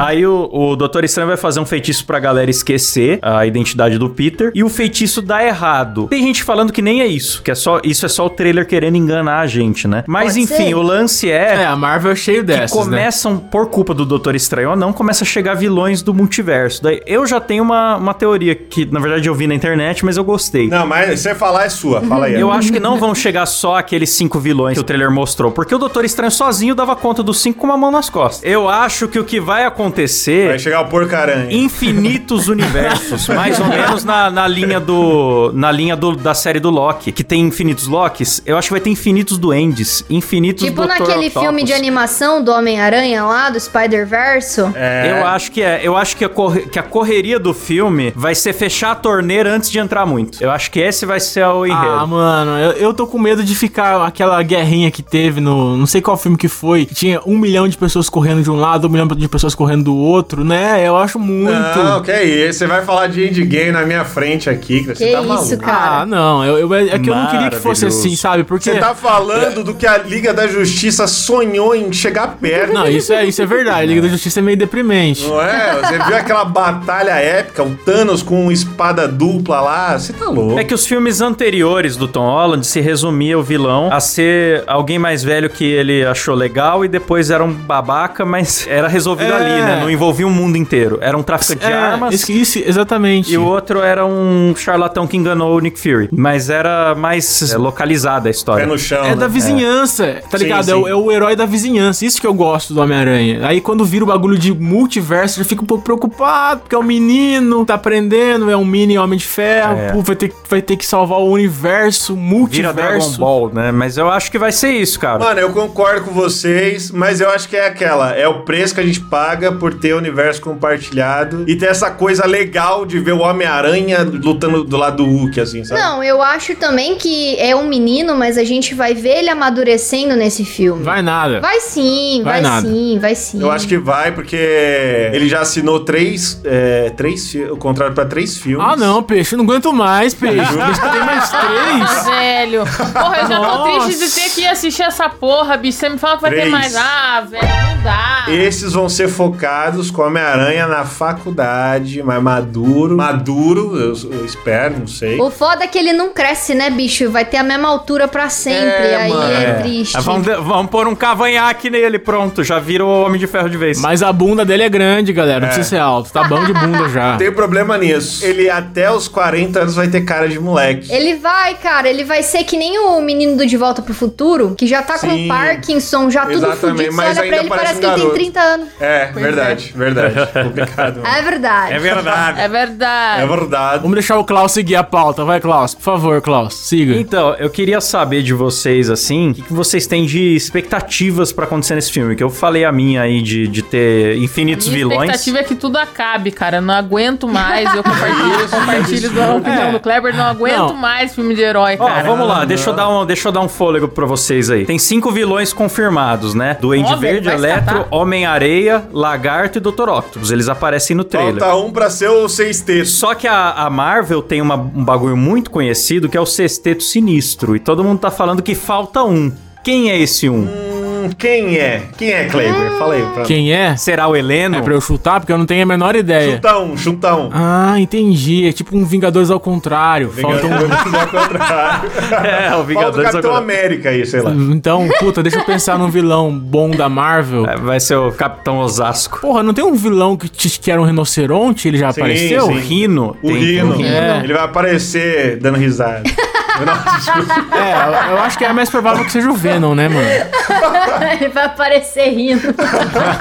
A: Aí o, o Doutor Estranho vai fazer um feitiço pra galera esquecer a identidade do Peter. E o feitiço dá errado. Tem gente falando que nem é isso, que é só isso é só o trailer querendo enganar a gente, né? Mas
E: Pode
A: enfim,
E: ser.
A: o lance
B: É, a Marvel é cheio dessas, né?
A: começam, por culpa do Doutor Estranho ou não, começa a chegar vilões do multiverso. Daí eu já tenho uma, uma teoria que, na verdade, eu vi na internet, mas eu gostei.
D: Não, mas você falar é sua. Fala aí.
A: Eu
D: Ana.
A: acho que não vão chegar só aqueles cinco vilões que o trailer mostrou, porque o Doutor Estranho sozinho dava conta dos cinco com uma mão nas costas. Eu acho que o que vai acontecer
D: Vai chegar o porcaranha.
A: infinitos
D: <laughs>
A: universos, mais ou menos na, na linha do na linha do, da série do Loki, que tem infinitos Locks. Eu acho que vai ter infinitos duendes, infinitos
E: Tipo
A: Dr.
E: naquele
A: Octopus.
E: filme de animação do Homem-Aranha lá, do Spider-Verso.
A: Eu acho que é. Eu acho que a, corre- que a correria do filme vai ser fechar a torneira antes de entrar muito. Eu acho que esse vai ser o
B: Ah,
A: enredo.
B: mano, eu, eu tô com medo de ficar aquela guerrinha que teve no. Não sei qual filme que foi, que tinha um milhão de pessoas correndo de um lado, um milhão de pessoas correndo do outro, né? Eu acho muito.
D: Não, que é isso. Você vai falar de endgame na minha frente aqui. cara. Você
E: Que
D: tá
E: isso,
D: maluco.
E: cara.
B: Ah, não, eu, eu- é que eu não queria que fosse
A: Maravilhoso.
B: assim, sabe? Porque.
D: Você tá falando do que a Liga da Justiça sonhou em chegar perto.
B: Não, isso é, isso é verdade. Liga da Justiça é meio deprimente.
D: Não é? Você viu aquela batalha épica, o Thanos com espada dupla lá? Você tá louco.
A: É que os filmes anteriores do Tom Holland se resumia o vilão a ser alguém mais velho que ele achou legal e depois era um babaca, mas <laughs> era resolvido
B: É.
A: ali, né? Não envolvia o mundo inteiro. Era um traficante de armas.
B: isso, isso- exatamente.
A: E o outro era um charlatão que enganou o Nick Fury. Mas era mais é, localizada a história.
D: Pé no chão.
B: É
D: né?
B: da vizinhança, tá
D: Sim,
B: ligado? É,
D: sim.
B: o, é o herói da vizinhança. Isso que eu gosto do Homem-Aranha. Aí quando vira o bagulho de multiverso, já fica um pouco preocupado, porque é um menino, tá aprendendo, é um mini homem de ferro,
A: É.
B: pô, vai, ter, que- vai ter que salvar o universo, o
A: Vira Dragon
B: multiverso.
A: Ball, né? Mas eu acho que vai ser isso, cara.
D: Mano, eu concordo com vocês, mas eu acho que é aquela. É o preço que a gente paga por ter o universo compartilhado e ter essa coisa legal de ver o Homem-Aranha lutando do lado do Hulk, assim, sabe?
E: Não, eu acho também que é um menino, mas a gente vai ver ele amadurecendo nesse filme.
B: Vai nada.
E: Vai sim,
B: Vai
E: vai,
B: nada.
E: sim, vai sim.
D: Eu acho que vai, porque ele já assinou três. É, três fi- o contrato pra três filmes.
B: Ah, não, peixe, eu não aguento mais, peixe. Bicho, tem mais
C: Ah,
B: três.
C: velho. Porra, eu já tô
B: Nossa.
C: triste de ter que assistir essa porra, bicho. Você me fala que vai ter
D: Três.
C: mais. Ah, velho, não dá.
D: Esses vão ser focados com Homem-Aranha na faculdade, mas maduro. Maduro, eu, eu espero, não sei.
E: O foda é que ele não cresce, né, bicho? Vai ter a mesma altura pra sempre.
D: É,
E: aí
D: mano.
E: é,
D: É.
E: triste.
A: Ah, Vamos, de- vamos pôr um cavanhaque nele, pronto. Já virou Homem de Ferro de vez.
B: Mas a bunda dele é grande, galera. Não precisa ser alto. Tá bom de bunda já.
D: Não tem problema nisso. Ele até os 40 anos vai ter cara de moleque.
E: Ele vai, cara, ele vai ser que nem o menino do De Volta pro Futuro, que já tá
D: Sim.
E: com Parkinson, já tudo
D: Exatamente,
E: fudido. Você
D: mas
E: olha
D: ainda
E: pra ele
D: parece
E: parece
D: um
E: que ele tem
D: garoto.
E: 30 anos.
D: É, verdade, verdade. <laughs> Complicado.
E: É verdade.
A: É verdade.
C: É verdade.
D: É verdade.
A: Um
B: Vamos deixar o Klaus seguir a pauta. Vai, Klaus. Por favor, Klaus, siga.
A: Então, eu queria saber de vocês, assim, o que, que vocês têm de expectativas pra acontecer nesse filme? Que eu falei a minha aí de, de ter infinitos
C: Minha
A: vilões.
C: expectativa é que tudo acabe, cara. Eu Não aguento mais. Eu compartilho, eu compartilho da opinião
B: É.
C: do Kleber. Não aguento
B: Não.
C: mais filme de herói,
A: Ó,
C: cara.
A: vamos lá, deixa eu, dar um, deixa eu dar um fôlego pra vocês aí. Tem cinco vilões confirmados, né? Duende
C: Ó, velho,
A: Verde,
C: vai
A: Eletro,
C: escapar.
A: Homem-Areia, Lagarto e Dr. Octopus. Eles aparecem no trailer.
D: Falta um pra ser o seis terços.
A: Só que a, a Marvel tem uma- um bagulho muito conhecido que é o Sexteto Sinistro. E todo mundo tá falando que falta um. Quem é esse um?
D: Hum, Quem é? Quem é, Kleber? Fala aí pra
B: Quem é?
A: Será o Heleno?
B: É pra eu chutar, porque eu não tenho a menor
A: é?
B: ideia.
D: Chuta um, chuta um.
B: Ah, entendi. É tipo um Vingadores ao contrário. Falta um.
D: Ao contrário.
A: então <laughs> É, o
D: Falta o
A: Vingadores
D: Capitão
A: agora.
D: América aí, sei lá.
B: <laughs> Então, puta, deixa eu pensar num vilão bom da Marvel.
A: É, Vai ser o Capitão Osasco.
B: Porra, não tem um vilão que, te- que era um rinoceronte? Ele já
D: Sim,
A: É
B: apareceu?
A: o
D: sim.
A: Rino.
D: O
A: Tem- tem
D: Rino.
B: É.
D: Ele vai aparecer
A: <laughs>
D: dando risada.
B: É, eu- eu acho que é mais provável que seja o Venom, né, mano?
E: ele vai aparecer rindo.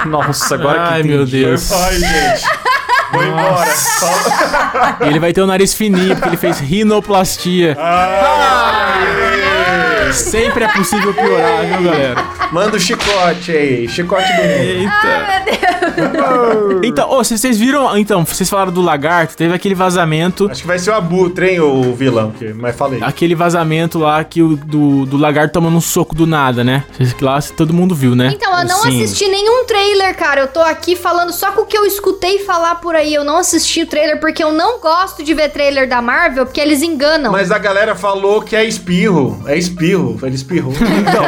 A: Nossa, agora
B: É. Ai,
A: que
B: meu
A: <laughs>
B: Deus.
D: Ai, gente. Vou embora. Fala-
B: E ele vai ter o nariz fininho, porque ele fez rinoplastia.
D: Ai.
B: Sempre é possível piorar, viu, galera?
D: Manda o chicote aí. Chicote do mundo.
B: Então, ô, vocês vocês viram... Então, vocês falaram do lagarto, teve aquele vazamento...
D: Acho que vai ser o Abutre, hein, o vilão. que- Mas falei.
B: Aquele vazamento lá que o, do, do lagarto tomando um soco do nada, né? Vocês que lá todo mundo viu, né?
E: Então, eu não
A: Sim.
E: assisti nenhum trailer, cara. Eu tô aqui falando só com o que eu escutei falar por aí. Eu não assisti o trailer porque eu não gosto de ver trailer da Marvel, porque eles enganam.
D: Mas a galera falou que é espirro. É espirro.
E: <laughs>
D: Ele espirrou. Então,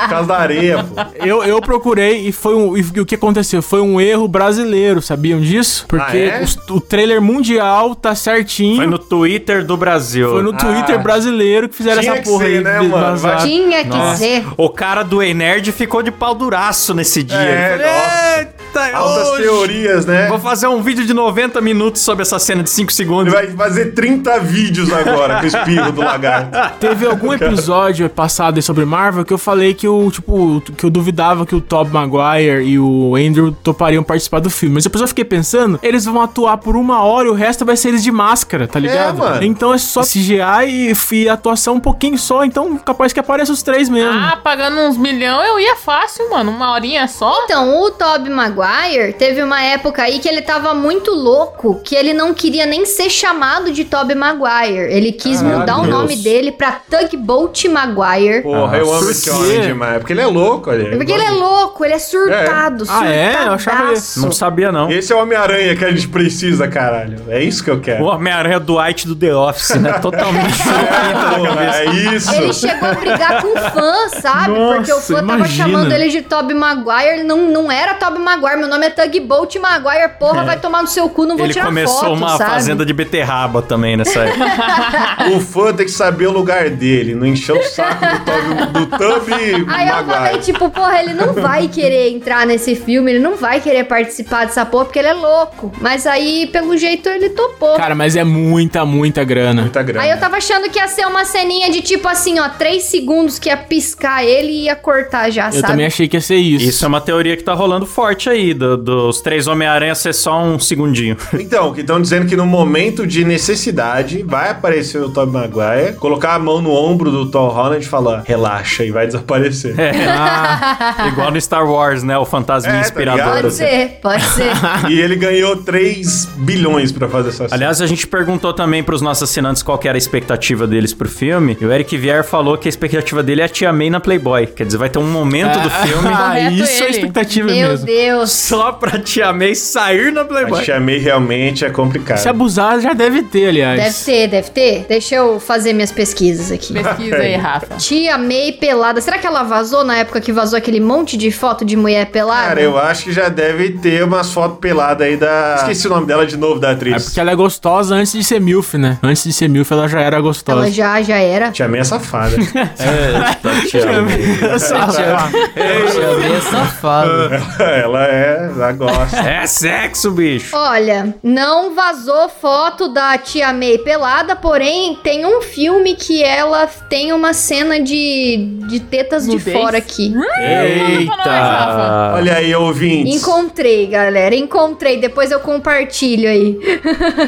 D: por causa da areia, pô.
B: Eu, eu procurei e foi um, e o que aconteceu? Foi um erro brasileiro, sabiam disso? Porque
D: Ah, é?
B: os- o, trailer mundial tá certinho.
A: Foi no Twitter do Brasil.
B: Foi no Twitter brasileiro que fizeram
D: Ah. Tinha
B: essa
D: que
B: porra
D: ser,
B: aí.
D: né,
B: de
D: mano?
B: vazar.
D: Vai-
E: Tinha que ser.
A: O cara do Enerd ficou de pau duraço nesse dia.
D: É,
A: Ele falou, Eita,
D: Altas
A: hoje
D: teorias, né?
A: Vou fazer um vídeo de 90 minutos sobre essa cena de 5
D: Ele
A: segundos.
D: vai fazer 30 vídeos agora com o espirro do lagarto. <laughs>
B: Teve algum episódio passado aí sobre Marvel que eu falei que eu, tipo, que eu duvidava que o Tob Maguire e o Andrew topariam participar do filme. Mas depois eu fiquei pensando, eles vão atuar por uma hora e o resto vai ser eles de máscara, tá ligado?
D: mano.
B: Então é só CGI e, e atuação um pouquinho só, então capaz que apareça os três mesmo.
C: Ah, pagando uns milhão, eu ia fácil, mano. Uma horinha só.
E: Então, o Toby Maguire teve uma época aí que ele tava muito louco, que ele não queria nem ser chamado de Toby Maguire. Ele quis
D: Caralho,
E: mudar o
D: Deus.
E: nome dele pra Tugboat Maguire.
D: Porra, eu amo esse
B: Por quê?
D: homem demais. Porque ele é louco, olha.
E: Porque ele é louco, ele é surtado,
B: Ah, é? Eu achava ele-
E: surtadaço.
A: Não sabia, não.
D: Esse é o Homem-Aranha que a gente precisa, caralho. É isso que eu
A: O
D: quero.
A: Homem-Aranha Dwight do The Office, né? Totalmente.
D: Porra, é isso.
E: Ele chegou a brigar com o fã, sabe?
B: Nossa,
E: Porque o fã tava
B: imagina.
E: chamando ele de Toby Maguire. Ele não, não era Toby Maguire, meu nome é Tugboat Maguire. Porra,
B: É.
E: vai tomar no seu cu, não vou
A: Ele
E: tirar
A: começou
E: foto,
A: uma
E: sabe?
A: fazenda de beterraba também nessa época.
D: O fã tem que saber o lugar dele, não encher o saco do Tub, do
E: <laughs>
D: Tub
E: Aí eu falei,
D: Maguire.
E: tipo, porra, ele não vai querer entrar nesse filme, ele não vai querer participar dessa porra, porque ele é louco. Mas aí, pelo jeito, ele topou.
B: Cara, mas é muita, muita grana.
D: Muita grana.
E: Aí eu tava achando que ia ser uma ceninha de tipo assim, ó, três segundos que ia piscar ele e ia cortar já,
B: Eu
E: sabe?
B: também achei que ia ser isso.
A: Isso é uma teoria que tá rolando forte aí, aí, do- dos três Homem-Aranha ser só um segundinho.
D: Então, que estão dizendo que no momento de necessidade vai aparecer o Tobey Maguire, colocar a mão no ombro do Tom Holland e falar, relaxa, e vai desaparecer.
A: É. Igual no Star Wars, né? O fantasminha
D: É, tá
A: inspirador. assim.
D: ligado?
E: Pode ser, pode
B: <laughs>
E: ser.
D: E ele ganhou 3 bilhões pra fazer essa cena.
A: Aliás, a gente perguntou também pros nossos assinantes qual que era a expectativa deles pro filme. E o Eric Vier falou que a expectativa dele é a Tia May na Playboy. Quer dizer, vai ter um
G: é
A: momento do
B: <laughs>
A: filme
B: Ah,
C: Correto
B: isso é
C: ele.
B: expectativa
E: Meu
B: mesmo.
E: Deus.
A: <laughs> só pra Tia May sair na
D: A
A: Playboy.
D: Tia May realmente é complicado.
B: Se abusar, já deve ter, aliás.
E: Deve ter, deve ter. Deixa eu fazer minhas pesquisas aqui.
C: Pesquisa aí, Rafa.
E: Tia May pelada. Será que ela vazou na época que vazou aquele monte de foto de mulher pelada?
D: Cara, eu acho que já deve ter umas fotos peladas aí da... Esqueci o nome dela de novo, da
B: É
D: atriz.
B: porque ela é gostosa antes de ser MILF, né? Antes de ser MILF, ela já era gostosa.
E: Ela já, já era.
D: Tia May é <laughs> safada.
G: <laughs> Eu meio safado.
D: <laughs> ela é... Ela gosta.
A: É sexo, bicho.
E: Olha, não vazou foto da Tia May pelada, porém tem um filme que ela tem uma cena de, de tetas de
C: Nudez?
E: fora
C: Hum,
E: aqui.
C: Manda pra nós, Rafa.
D: Olha aí, ouvintes.
E: Encontrei, galera, encontrei. Depois eu compartilho aí.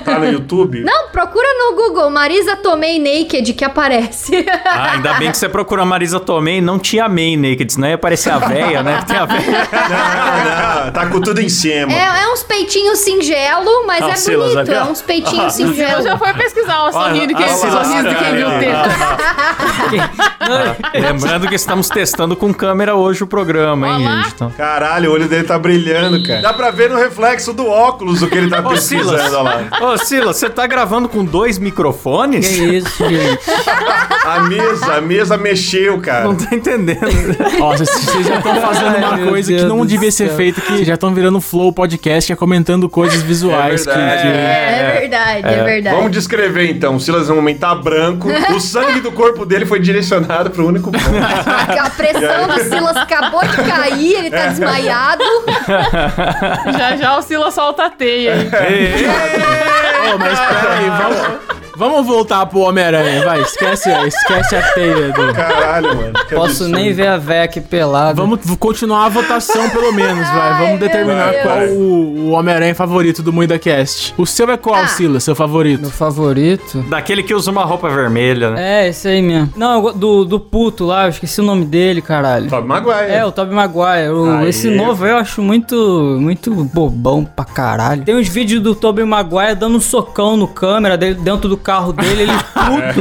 D: Tá no YouTube?
E: Não, procura no Google Marisa Tomei Naked que aparece.
A: Ah, ainda bem que você procurou a Marisa Tomei e não Tia May Naked, senão ia aparecer a véia, né? Tem a <laughs> véia.
D: Não, não, tá com tudo em cima.
E: É, é uns peitinhos singelo, mas
A: Ah, o
E: é
A: Silas
E: bonito.
A: ali, ó.
E: É uns peitinhos
C: Eu
E: singelo.
C: já foi pesquisar o sorriso de quem,
A: olha lá,
C: sorriso de quem
D: cara,
C: viu o
D: olha
C: texto.
A: Lembrando que estamos testando com câmera hoje o programa, hein,
C: Olá.
A: gente? Então...
D: Caralho, o olho dele tá brilhando, cara. Dá pra ver no reflexo do óculos o que ele tá
A: Ô, Silas.
D: pesquisando olha lá.
A: Ô, Silas, você tá gravando com dois
G: Que
A: microfones?
G: isso, gente.
D: A mesa, a mesa mexeu, cara.
A: Não tô entendendo.
B: Nossa, vocês já estão fazendo
G: Ai,
B: uma
G: meu
B: coisa
G: Deus
B: que não
G: do
B: devia
G: céu.
B: ser feita, que já estão virando flow podcast, que é comentando coisas visuais.
D: É verdade.
B: que- que-
E: É, é verdade, é, verdade.
D: Vamos descrever então. O Silas no momento tá branco. O sangue do corpo dele foi direcionado pro único ponto.
E: Tá A pressão do Silas acabou de cair, ele tá desmaiado.
C: <laughs> Já já o Sila solta a teia. aí.
B: Ô, mas peraí, vamos, vamos voltar pro Homem-Aranha, vai. Esquece, esquece a teia do...
D: Caralho, mano. que
G: Posso
D: absurdo.
G: nem ver a véia aqui pelada.
B: Vamos continuar a votação, pelo menos, vai.
E: Ai, meu
B: Vamos determinar
D: Deus.
B: qual o, o Homem-Aranha favorito do Muida Cast. O seu é qual,
E: Ah.
B: Silas, seu favorito?
G: Meu favorito.
A: Daquele que usa uma roupa vermelha, né?
G: É, esse aí mesmo. Não, eu go- do, do puto lá, eu esqueci o nome dele, caralho.
D: Tobey Maguire.
G: É, o Tobey Maguire. O-
D: Aí.
G: esse novo eu acho muito muito bobão pra caralho. Tem uns vídeos do Tobey Maguire dando um socão no câmera dele, dentro do carro dele, ele
D: <laughs>
G: puto.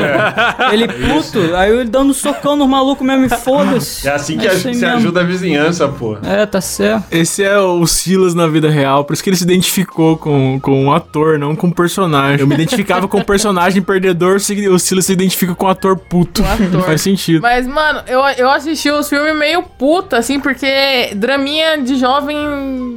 G: ele puto, aí ele dando um socão no maluco mesmo e foda-se.
D: É assim que
G: É
D: a
G: isso aí
D: gente se
G: mesmo.
D: ajuda a vizinhança, pô.
G: É, tá certo.
B: Esse é o Silas na vida real, por isso que ele se identificou com, com um ator, não com um personagem. Eu me identificava com um personagem perdedor, se- o Silas se identifica com um ator puto.
C: ator.
B: Faz sentido.
C: Mas, mano, eu, eu assisti os filmes meio puta, assim, porque draminha de jovem.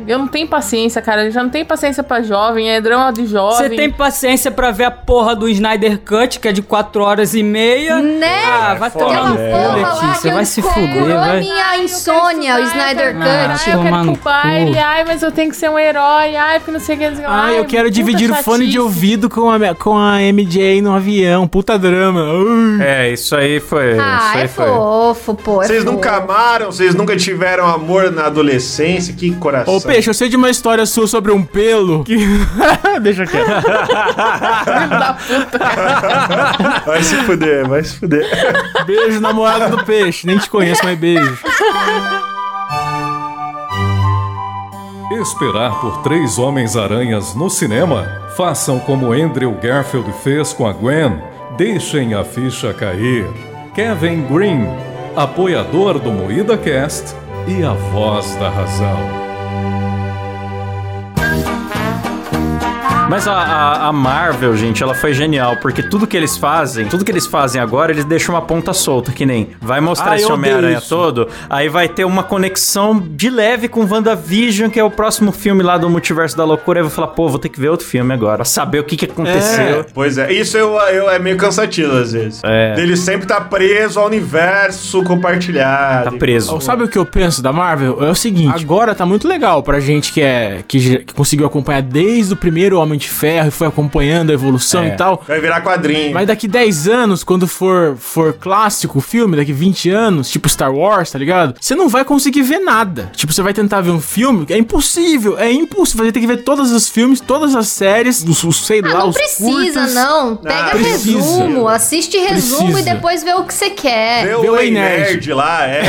C: Eu não tenho paciência, cara. Eu já não tenho paciência pra jovem, é drama de
G: Você
C: jovem.
G: tem paciência pra ver a porra do Snyder Cut, que é de 4 horas e meia?
E: Né?
G: Ah, vai
D: foda.
G: tomar
E: Aquela
G: no cu,
D: É,
E: porra lá que
G: Letícia, vai se fuder,
E: curou a
G: vai.
E: minha insônia, o Snyder
G: cara.
E: Cut.
G: Ah,
C: Ai, eu quero
G: tomar
C: ir
G: no
C: pro baile,
G: cu.
C: ai, mas eu tenho que ser um herói, ai, porque não sei o que. não sei o que lá.
B: Ah,
C: Ai,
B: eu quero
C: puta
B: dividir o fone de
C: chatice.
B: ouvido com a, minha- com a MJ no avião. Puta drama. Ui.
A: É, isso aí foi.
E: Ah,
A: isso aí
E: é fofo, pô. é
D: Vocês
E: fofo.
D: nunca amaram, vocês nunca tiveram amor na adolescência. Que coração.
B: Ô, Peixe, eu sei de uma história sua sobre um pelo. Que... Deixa quieto.
D: <laughs> Vai se fuder, vai se fuder.
A: <laughs>
B: Beijo, namorado do peixe. Nem te conheço, mas beijo.
H: Esperar por três Homens-Aranhas no cinema? Façam como Andrew Garfield fez com a Gwen. Deixem a ficha cair. Kevin Green, apoiador do Moída Cast e a voz da razão.
A: Mas a, a- a Marvel, gente, ela foi genial, porque tudo que eles fazem, tudo que eles fazem agora, eles deixam uma ponta solta, que nem vai mostrar
B: Ah, eu
A: esse
B: odeio
A: Homem-Aranha
B: isso.
A: todo, aí vai ter uma conexão de leve com WandaVision, que é o próximo filme lá do Multiverso da Loucura, aí eu vou falar, pô, vou ter que ver outro filme agora, pra saber o que, que aconteceu.
D: Pois é, isso eu, eu, é meio cansativo às vezes.
A: É.
D: Ele sempre tá preso ao universo compartilhado.
A: Tá preso.
B: Ó, Sabe o que eu penso da Marvel? É o seguinte, agora tá muito legal pra gente que é que, já- que conseguiu acompanhar desde o primeiro Homem Homem de Ferro e foi acompanhando a evolução
A: É.
B: e tal.
D: Vai virar quadrinho.
B: Mas daqui 10 anos, quando for, for clássico o filme, daqui 20 anos, tipo Star Wars, tá ligado? Você não vai conseguir ver nada. Tipo, você vai tentar ver um filme, é impossível, é impossível. Você tem que ver todos os filmes, todas as séries, os, os- sei
E: Ah,
B: lá,
E: não
B: os
E: precisa,
B: curtas.
E: não. Pega
B: precisa.
E: resumo, assiste resumo
B: Precisa.
E: e depois vê o que você quer.
D: Vê o
B: Vê o
D: Ei
B: Nerd.
D: Nerd
A: <laughs>
D: lá, é.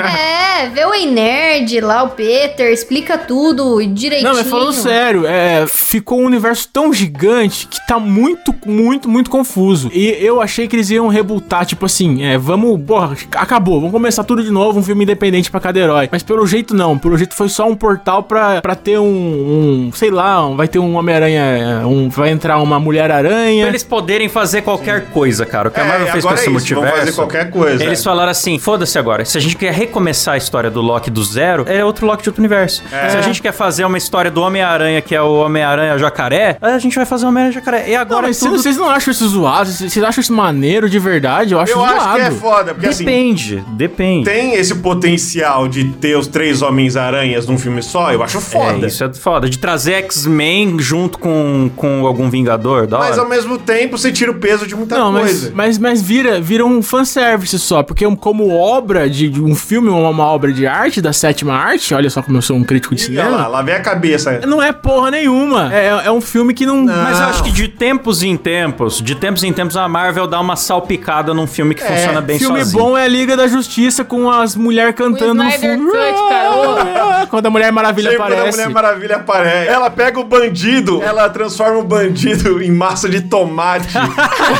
E: É, vê o Ei Nerd lá, o Peter, explica tudo direitinho.
B: Não, mas falando sério, é, ficou um universo tão gigante que tá muito, muito, muito confuso. E eu achei que eles iam rebutar, tipo assim, é, vamos, porra, acabou, vamos começar tudo de novo, um filme independente pra cada herói. Mas pelo jeito não, pelo jeito foi só um portal pra, pra ter um, um, sei lá, um- vai ter um Homem-Aranha, é, um, vai entrar uma
A: Pra
B: Mulher-Aranha.
A: eles poderem fazer qualquer coisa, cara. O que a
D: É,
A: Marvel fez com
D: agora
A: esse
D: é isso, vão
A: multiverso.
D: fazer qualquer coisa.
A: Eles falaram assim: foda-se agora. Se a gente quer recomeçar a história do Loki do zero, é outro Loki de outro universo. Se a gente quer fazer uma história do Homem-Aranha, que é o Homem-Aranha Jacaré, a gente vai fazer o Homem-Aranha Jacaré. E
B: Não,
A: agora
B: mas
A: tudo.
B: vocês não acham isso zoado? Vocês vocês acham isso maneiro de verdade? Eu acho
D: Eu
B: zoado.
D: acho que é foda, porque assim,
A: Depende, depende.
D: tem esse potencial de ter os três Homens-Aranhas num filme só, eu acho foda.
A: É, isso é foda. De trazer X-Men junto com, com algum Vingador, da hora.
D: Mas ao mesmo tempo, você tira o peso de muita
B: Não, mas,
D: coisa.
B: mas, mas vira, vira um fanservice só, porque um- como obra de, de um filme, uma, uma obra de arte, da sétima arte, olha só como eu sou um crítico de
D: Olha lá,
B: cinema,
D: lá vem a cabeça.
B: não é porra nenhuma. É, é um filme que não...
A: Mas eu
D: Não.
A: acho que de tempos em tempos, de tempos em tempos, a Marvel dá uma salpicada num filme que funciona bem
B: filme
A: sozinho. <laughs>
B: bom é a Liga da Justiça com as mulheres cantando no
C: Snyder
B: fundo.
C: Cut, cara.
B: <laughs> Quando a Mulher Maravilha
D: Sempre quando a
B: aparece.
D: Mulher Maravilha aparece. Ela pega o bandido, ela transforma o bandido <laughs> em massa de tomate.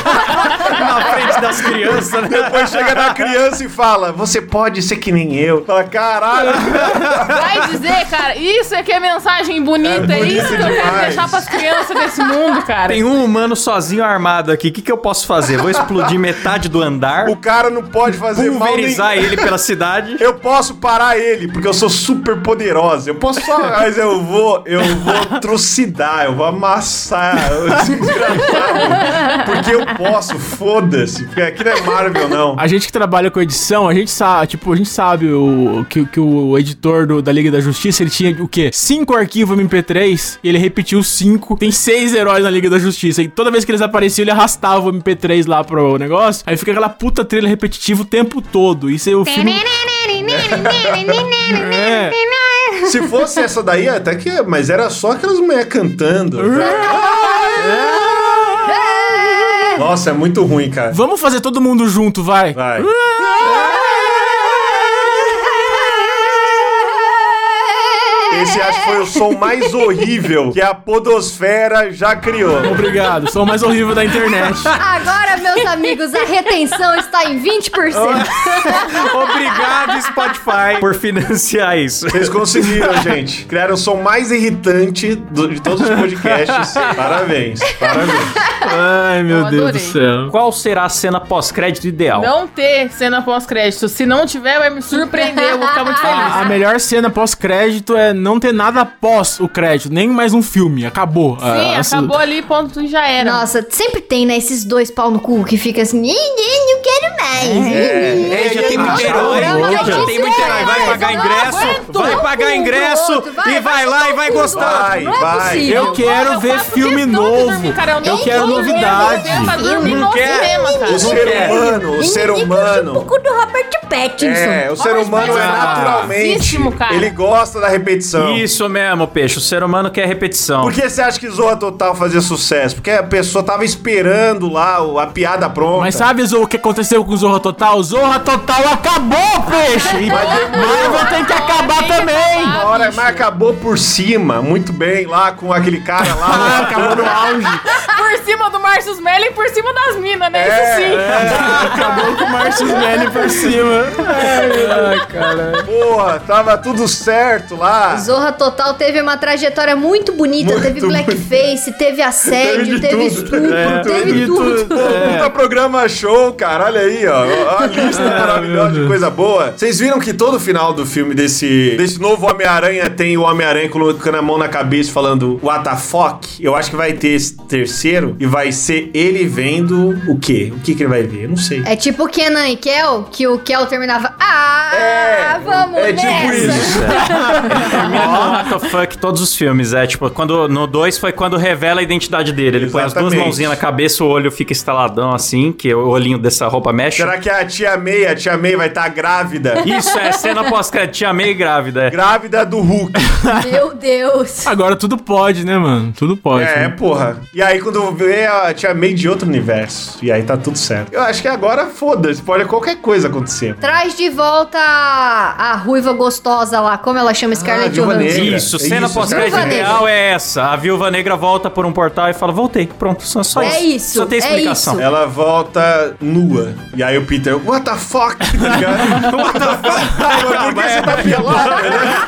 A: na frente das crianças, né?
D: Depois chega na criança e fala: Você pode ser que nem eu. Fala, <laughs> caralho.
C: Vai dizer, cara, isso é que é mensagem bonita, é,
D: É
C: isso que eu
D: bonito
C: quero
D: demais.
C: deixar pras crianças desse mundo, cara.
A: Tem um humano sozinho armado aqui. O que, que eu posso fazer? Vou explodir metade do andar,
D: O cara não pode fazer mal nem...
A: pulverizar ele pela cidade.
D: Eu posso parar ele, porque eu sou super poderosa. Eu posso <laughs> só. Mas eu vou. Eu vou trucidar, eu vou amassar. Eu vou <laughs> desgraçar, porque eu posso, foda-se. Porque aqui não é Marvel, não.
B: A gente que trabalha com edição, a gente sabe, tipo, a gente sabe o, que, que o editor do- da Liga da Justiça, ele tinha o quê? Cinco arquivos MP3 e ele repetiu os cinco. Tem seis heróis na Liga da Justiça. E toda vez que eles apareciam, ele arrastava o MP3 lá pro negócio. Aí fica aquela puta trilha repetitiva o tempo todo. Isso aí o <laughs> filme. É.
D: Se fosse essa daí, até que. é, Mas era só aquelas mulheres cantando. Nossa, é muito ruim, cara.
B: Vamos fazer todo mundo junto, vai.
D: Vai. Esse acho que foi o som mais horrível que a Podosfera já criou.
B: Obrigado, sou o mais horrível da internet.
E: Agora, meus amigos, a retenção está em 20%.
A: Obrigado, Spotify, por financiar isso.
D: Vocês conseguiram, gente. Criaram o som mais irritante do- de todos os podcasts. Parabéns, parabéns.
B: Ai, <laughs> meu
C: Eu
B: Deus do
C: adorei.
B: céu.
A: Qual será a cena pós-crédito ideal?
C: Não ter cena pós-crédito. Se não tiver, vai me surpreender, eu vou ficar muito feliz.
B: A melhor cena pós-crédito é não ter nada após o crédito, nem mais um filme. Acabou.
C: Sim,
B: Ah, essa-
C: acabou ali, ponto, já era.
E: É, Nossa, sempre tem, né, esses dois pau no cu que fica assim, ninguém, não quero mais.
A: É, já tem muito
E: Nossa,
A: herói,
E: não,
A: já
E: não,
A: tem
E: não,
A: muito herói. Vai
E: não,
A: pagar
E: não,
A: ingresso,
E: aguento.
A: vai
E: Vai
A: pagar
E: pro
A: ingresso
E: outro,
A: e
E: vai,
A: vai
E: vai
A: lá e vai
E: pro outro.
A: gostar.
D: Vai, vai.
E: possível.
B: Eu quero ver
C: faço
B: filme
C: questão de
B: novo.
C: dormir, cara,
B: eu
C: nem
B: quero
C: vou ver
B: novidade.
E: um
C: você pra dormir
A: Eu
C: no
A: não quero.
C: cinema, cara.
D: O ser
A: quer.
D: humano, o ser humano.
E: cu um do Robert Pattinson.
D: É, o ser
C: Robert
D: humano é
C: Pattinson.
D: naturalmente.
C: Famosíssimo, cara.
D: Ele gosta da repetição.
A: Isso mesmo, peixe. O ser humano quer repetição.
D: Por que você acha que Zorra Total fazia sucesso? Porque a pessoa tava esperando lá o- a piada pronta.
B: Mas É, sabe Zorro, o que aconteceu com o Zorra Total? O Zorra Total acabou, peixe! E Marvel tem que acabar
C: Tem que
B: também!
C: acabar.
D: Na hora, mas acabou por cima, muito bem, lá com aquele cara
B: Ah,
D: lá. acabou no auge.
C: Por cima do Márcio Smelly e por cima das minas,
D: É,
C: né? Isso sim.
B: Acabou com o Marcius Manning por cima.
D: Porra, tava tudo certo lá.
E: Zorra Total teve uma trajetória muito bonita, teve blackface, teve assédio, teve,
D: Teve de tudo.
E: estupro,
D: É,
E: teve
B: teve de
E: tudo.
D: Pô, puta programa show, cara. Olha aí, ó. A lista maravilhosa de coisa boa. Vocês viram que todo final do filme desse, desse novo Homem-Aranha tem o Homem-Aranha colocando a mão na cabeça e falando What the fuck? Eu acho que vai ter esse terceiro e vai ser ele vendo o quê? O que, que ele vai ver? Eu não sei.
E: É tipo Kenan e Kel, que o Kel terminava. Ah, vamos
D: é
E: nessa.
D: tipo isso.
A: Termina no Hack todos os filmes, é tipo, quando no 2 foi quando revela a identidade dele. Ele põe as duas
D: Exatamente.
A: mãozinhas na cabeça, o olho fica estaladão assim, que o olhinho dessa roupa mexe.
D: Será que é a tia May, a tia May vai estar
E: <laughs>
D: grávida?
A: Isso é cena pós-crédito, tia May grávida. é.
D: grávida do Hulk.
E: <laughs> Meu Deus.
B: Agora tudo pode, né, mano? Tudo pode.
D: É,
B: né?
D: porra. E aí, quando vê, a tia May de outro universo. E aí tá tudo certo. Eu acho que agora, foda-se, pode qualquer coisa acontecer.
E: Traz de volta a, a ruiva gostosa lá, como ela chama Scarlett
D: Viúva
E: Johansson.
D: Negra.
A: Isso,
D: É
A: cena
D: isso,
A: pós-crédito
E: Viúva Negra.
A: real é essa. A viúva negra volta por um portal e fala: voltei. Pronto, só, só
E: É isso,
A: Só tem
E: é
A: explicação.
D: Ela volta nua. E aí o Peter, what the fuck? <laughs> Tá ligado? what the fuck? Tyler, Por que você
B: É.
D: tá pelada?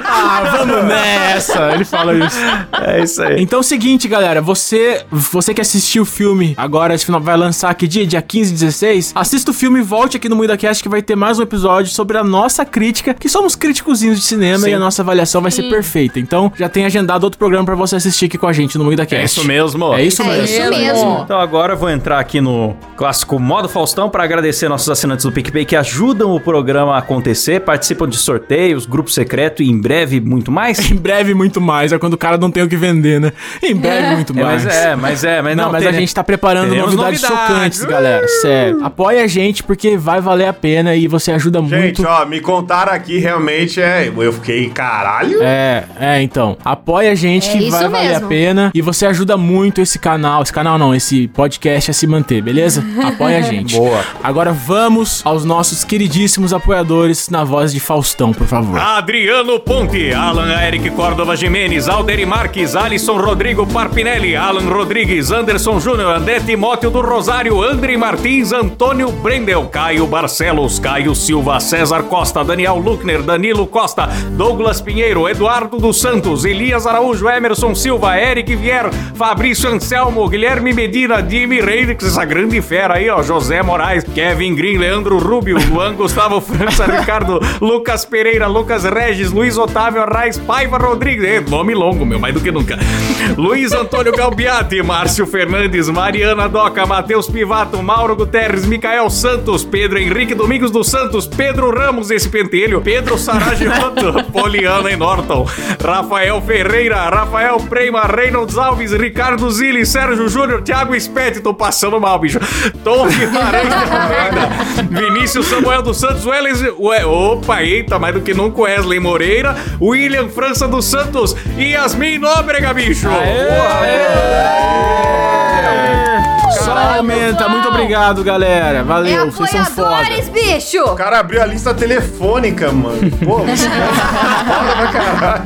B: Ah, vamos nessa! Ele fala isso.
A: É isso aí.
B: Então é o seguinte, galera, você você que assistiu o filme agora, esse final vai lançar aqui dia, dia 15, 16, assista o filme e volte aqui no MuidaCast que vai ter mais um episódio sobre a nossa crítica, que somos críticozinhos de cinema
A: Sim.
B: e a nossa avaliação vai ser perfeita. Então já tem agendado outro programa pra você assistir aqui com a gente no MuidaCast.
A: É isso mesmo.
B: É isso
E: É
B: mesmo.
E: isso mesmo.
A: Então agora eu vou entrar aqui no clássico modo Faustão para agradecer nossos assinantes do PicPay que ajudam o programa a acontecer, participam de sorteios, grupo secreto e em breve muito mais.
B: Em breve <laughs> muito mais, é quando o cara não tem o que vender, né? Em breve muito
A: É,
B: mais.
A: mas é, mas é, mas
B: Não,
A: não,
B: mas
A: tem-
B: a gente tá preparando
A: teremos
B: novidades,
A: novidades. Uh!
B: chocantes, galera. Sério. Apoia a gente porque vai valer a pena e você ajuda
D: Gente,
B: muito.
D: ó, me contaram aqui, realmente é. Eu fiquei, caralho.
B: É, é, então. Apoia a gente
E: É
B: que
E: isso
B: vai valer
E: mesmo.
B: a pena. E você ajuda muito esse canal, esse canal não, esse podcast a se
E: <laughs>
B: manter, beleza? Apoia a gente.
A: Boa.
B: Agora vamos aos nossos queridíssimos apoiadores na voz de Faustão, por
A: Ah,
B: favor.
A: Adriano Ponte, Alan Eric Córdova Jimenez, Alderi Marques, Alisson Rodrigo Parpinelli, Alan Rodrigues, Anderson Júnior, André Timóteo do Rosário, André Martins, Antônio Brendel, Caio Barcelos, Caio Silva, César Costa, Daniel Luckner, Danilo Costa, Douglas Pinheiro, Eduardo dos Santos, Elias Araújo, Emerson Silva, Eric Vier, Fabrício Anselmo, Guilherme Medina, Jimmy Reynolds, essa grande fera aí, ó, José Moraes, Kevin Green, Leandro Rubio, Luan Gustavo <laughs> França, Ricardo, Lucas Pereira, Lucas Regis, Luiz Otávio Arraes, Paiva Rodrigues, é, nome longo, meu, mais do que nunca. Luiz Antônio Galbiati, Márcio Fernandes, Mariana Doca, Matheus Pivato, Mauro Guterres, Micael Santos, Pedro Henrique Domingos dos Santos, Pedro Ramos, esse pentelho, Pedro Saragioto, Poliana e Norton, Rafael Ferreira, Rafael Prema, Reynolds Alves, Ricardo Zilli, Sérgio Júnior, Thiago Espete, tô passando mal, bicho. Tom Guimarães de Almeida, Vinícius Samuel dos Santos, Wesley, Ué, opa, eita, mais do que nunca, Wesley Moreira, William França dos Santos e Yasmin Nóbrega, bicho.
B: tá Só aumenta. Muito obrigado, galera.
E: É
B: Valeu, vocês são foda.
E: apoiadores, bicho.
D: O cara abriu a lista telefônica, mano. Pô, <laughs> você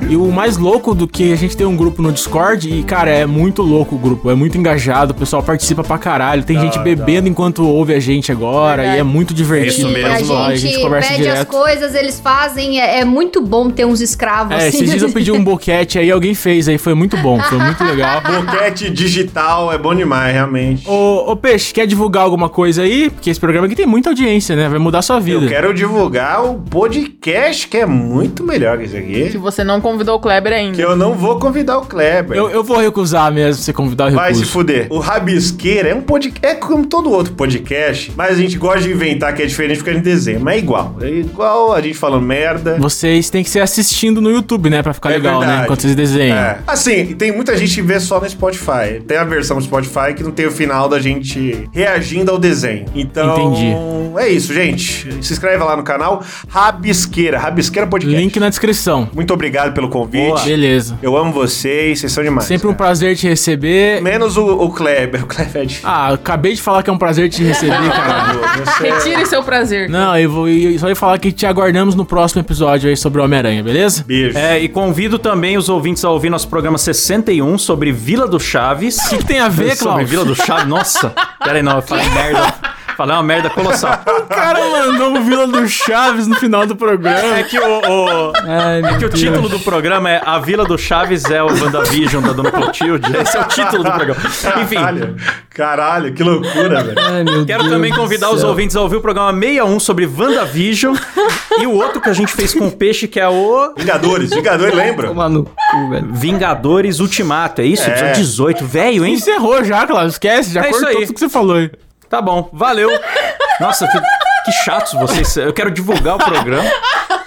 B: E o mais louco do que a gente tem um grupo no Discord e, cara, é muito louco o grupo, é muito engajado, o pessoal participa pra caralho, tem gente bebendo enquanto ouve a gente agora e é muito divertido.
A: Isso mesmo.
E: a
A: Vamos
E: gente,
B: Lá, a gente conversa
E: pede as
B: direto.
E: coisas, eles fazem. É, é muito bom ter uns escravos assim.
B: É,
E: <laughs>
B: esses dias eu pedi um boquete aí, alguém fez aí, foi muito bom, foi muito legal.
D: Boquete digital é bom demais, realmente.
B: Ô, ô, Peixe, quer divulgar alguma coisa aí? Porque esse programa aqui tem muita audiência, né? Vai mudar sua vida.
D: Eu quero divulgar o podcast que é muito melhor que esse
C: Que
D: aqui.
C: você não convidou o Kleber ainda.
D: Que eu não vou convidar o Kleber.
B: Eu, eu vou recusar mesmo, você convidar o
D: Vai se
B: recurso.
D: fuder. O Rabisqueira é um podcast. É como todo outro podcast, mas a gente gosta de inventar que é diferente porque a gente desenha. Mas é igual. É igual a gente falando merda.
B: Vocês têm que ser assistindo no YouTube, né? Pra ficar
D: É
B: legal, né?
D: verdade.
B: Enquanto vocês desenham.
D: É. Assim, tem muita gente que vê só no Spotify. Tem a versão do Spotify que não tem o final da gente reagindo ao desenho. Então.
B: Entendi.
D: É isso, gente. Se inscreve lá no canal Rabisqueira. Rabisqueira Podcast.
B: Link na descrição.
D: Muito obrigado pelo convite.
B: Boa. Beleza.
D: Eu amo vocês, vocês são demais.
B: Sempre um
D: cara.
B: prazer te receber.
D: Menos o, o Kleber. O Kleber é difícil.
B: Ah, eu acabei de falar que é um prazer te receber,
D: <laughs>
B: cara.
D: Você-
C: Retire seu prazer.
B: Não, eu vou eu só ia falar que te aguardamos no próximo episódio aí sobre o Homem-Aranha, beleza?
D: Beijo.
A: É, e convido também os ouvintes a ouvir nosso programa 61 sobre Vila do Chaves.
B: O que, que tem a ver,
A: sobre
B: Cláudio?
A: Vila do Chaves? Nossa! Pera aí, não, eu falei merda. Falei uma merda colossal.
B: O cara mandou o Vila do Chaves no final do programa.
A: É que o, o-
B: Ai,
A: é
B: meu
A: que o
B: Deus.
A: título do programa é A Vila do Chaves é o WandaVision da Dona Clotilde. Esse é o título do programa. Enfim,
D: Caralho, caralho, que loucura, velho.
B: Ai, meu
A: Quero
B: Deus
A: também
B: do
A: convidar
B: céu.
A: os ouvintes a ouvir o programa 61 sobre WandaVision e o outro que a gente fez com o peixe, que é o
D: Vingadores, Vingadores, lembra?
G: Toma no cu, velho.
A: Vingadores Ultimato. É isso?
D: É.
A: Episódio 18. Velho, hein?
B: Encerrou já, Cláudio. Esquece, já
A: É isso
B: cortou
A: aí.
B: <laughs> tudo que você falou aí.
A: Tá bom, valeu. Nossa, fi- Que chatos vocês. Eu quero divulgar o programa.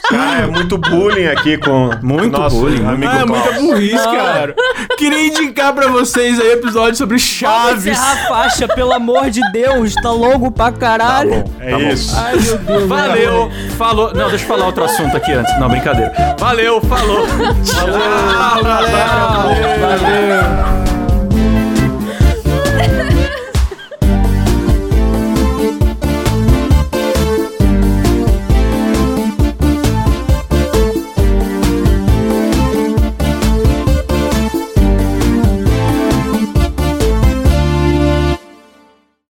D: Cara, é muito bullying aqui com
A: Muito
D: nosso
A: bullying.
D: amigo
B: Ah, é
D: Klaus.
B: muita burrice, cara. Queria indicar pra vocês aí episódio sobre
G: Vamos
B: Chaves.
G: encerrar a faixa, pelo amor de Deus, tá longo pra caralho.
D: É
A: Tá bom.
D: isso.
G: Ai, meu Deus.
A: Valeu, falou. Não, deixa eu falar outro assunto aqui antes. Não, brincadeira. Valeu, falou. Tchau, galera.
G: Valeu.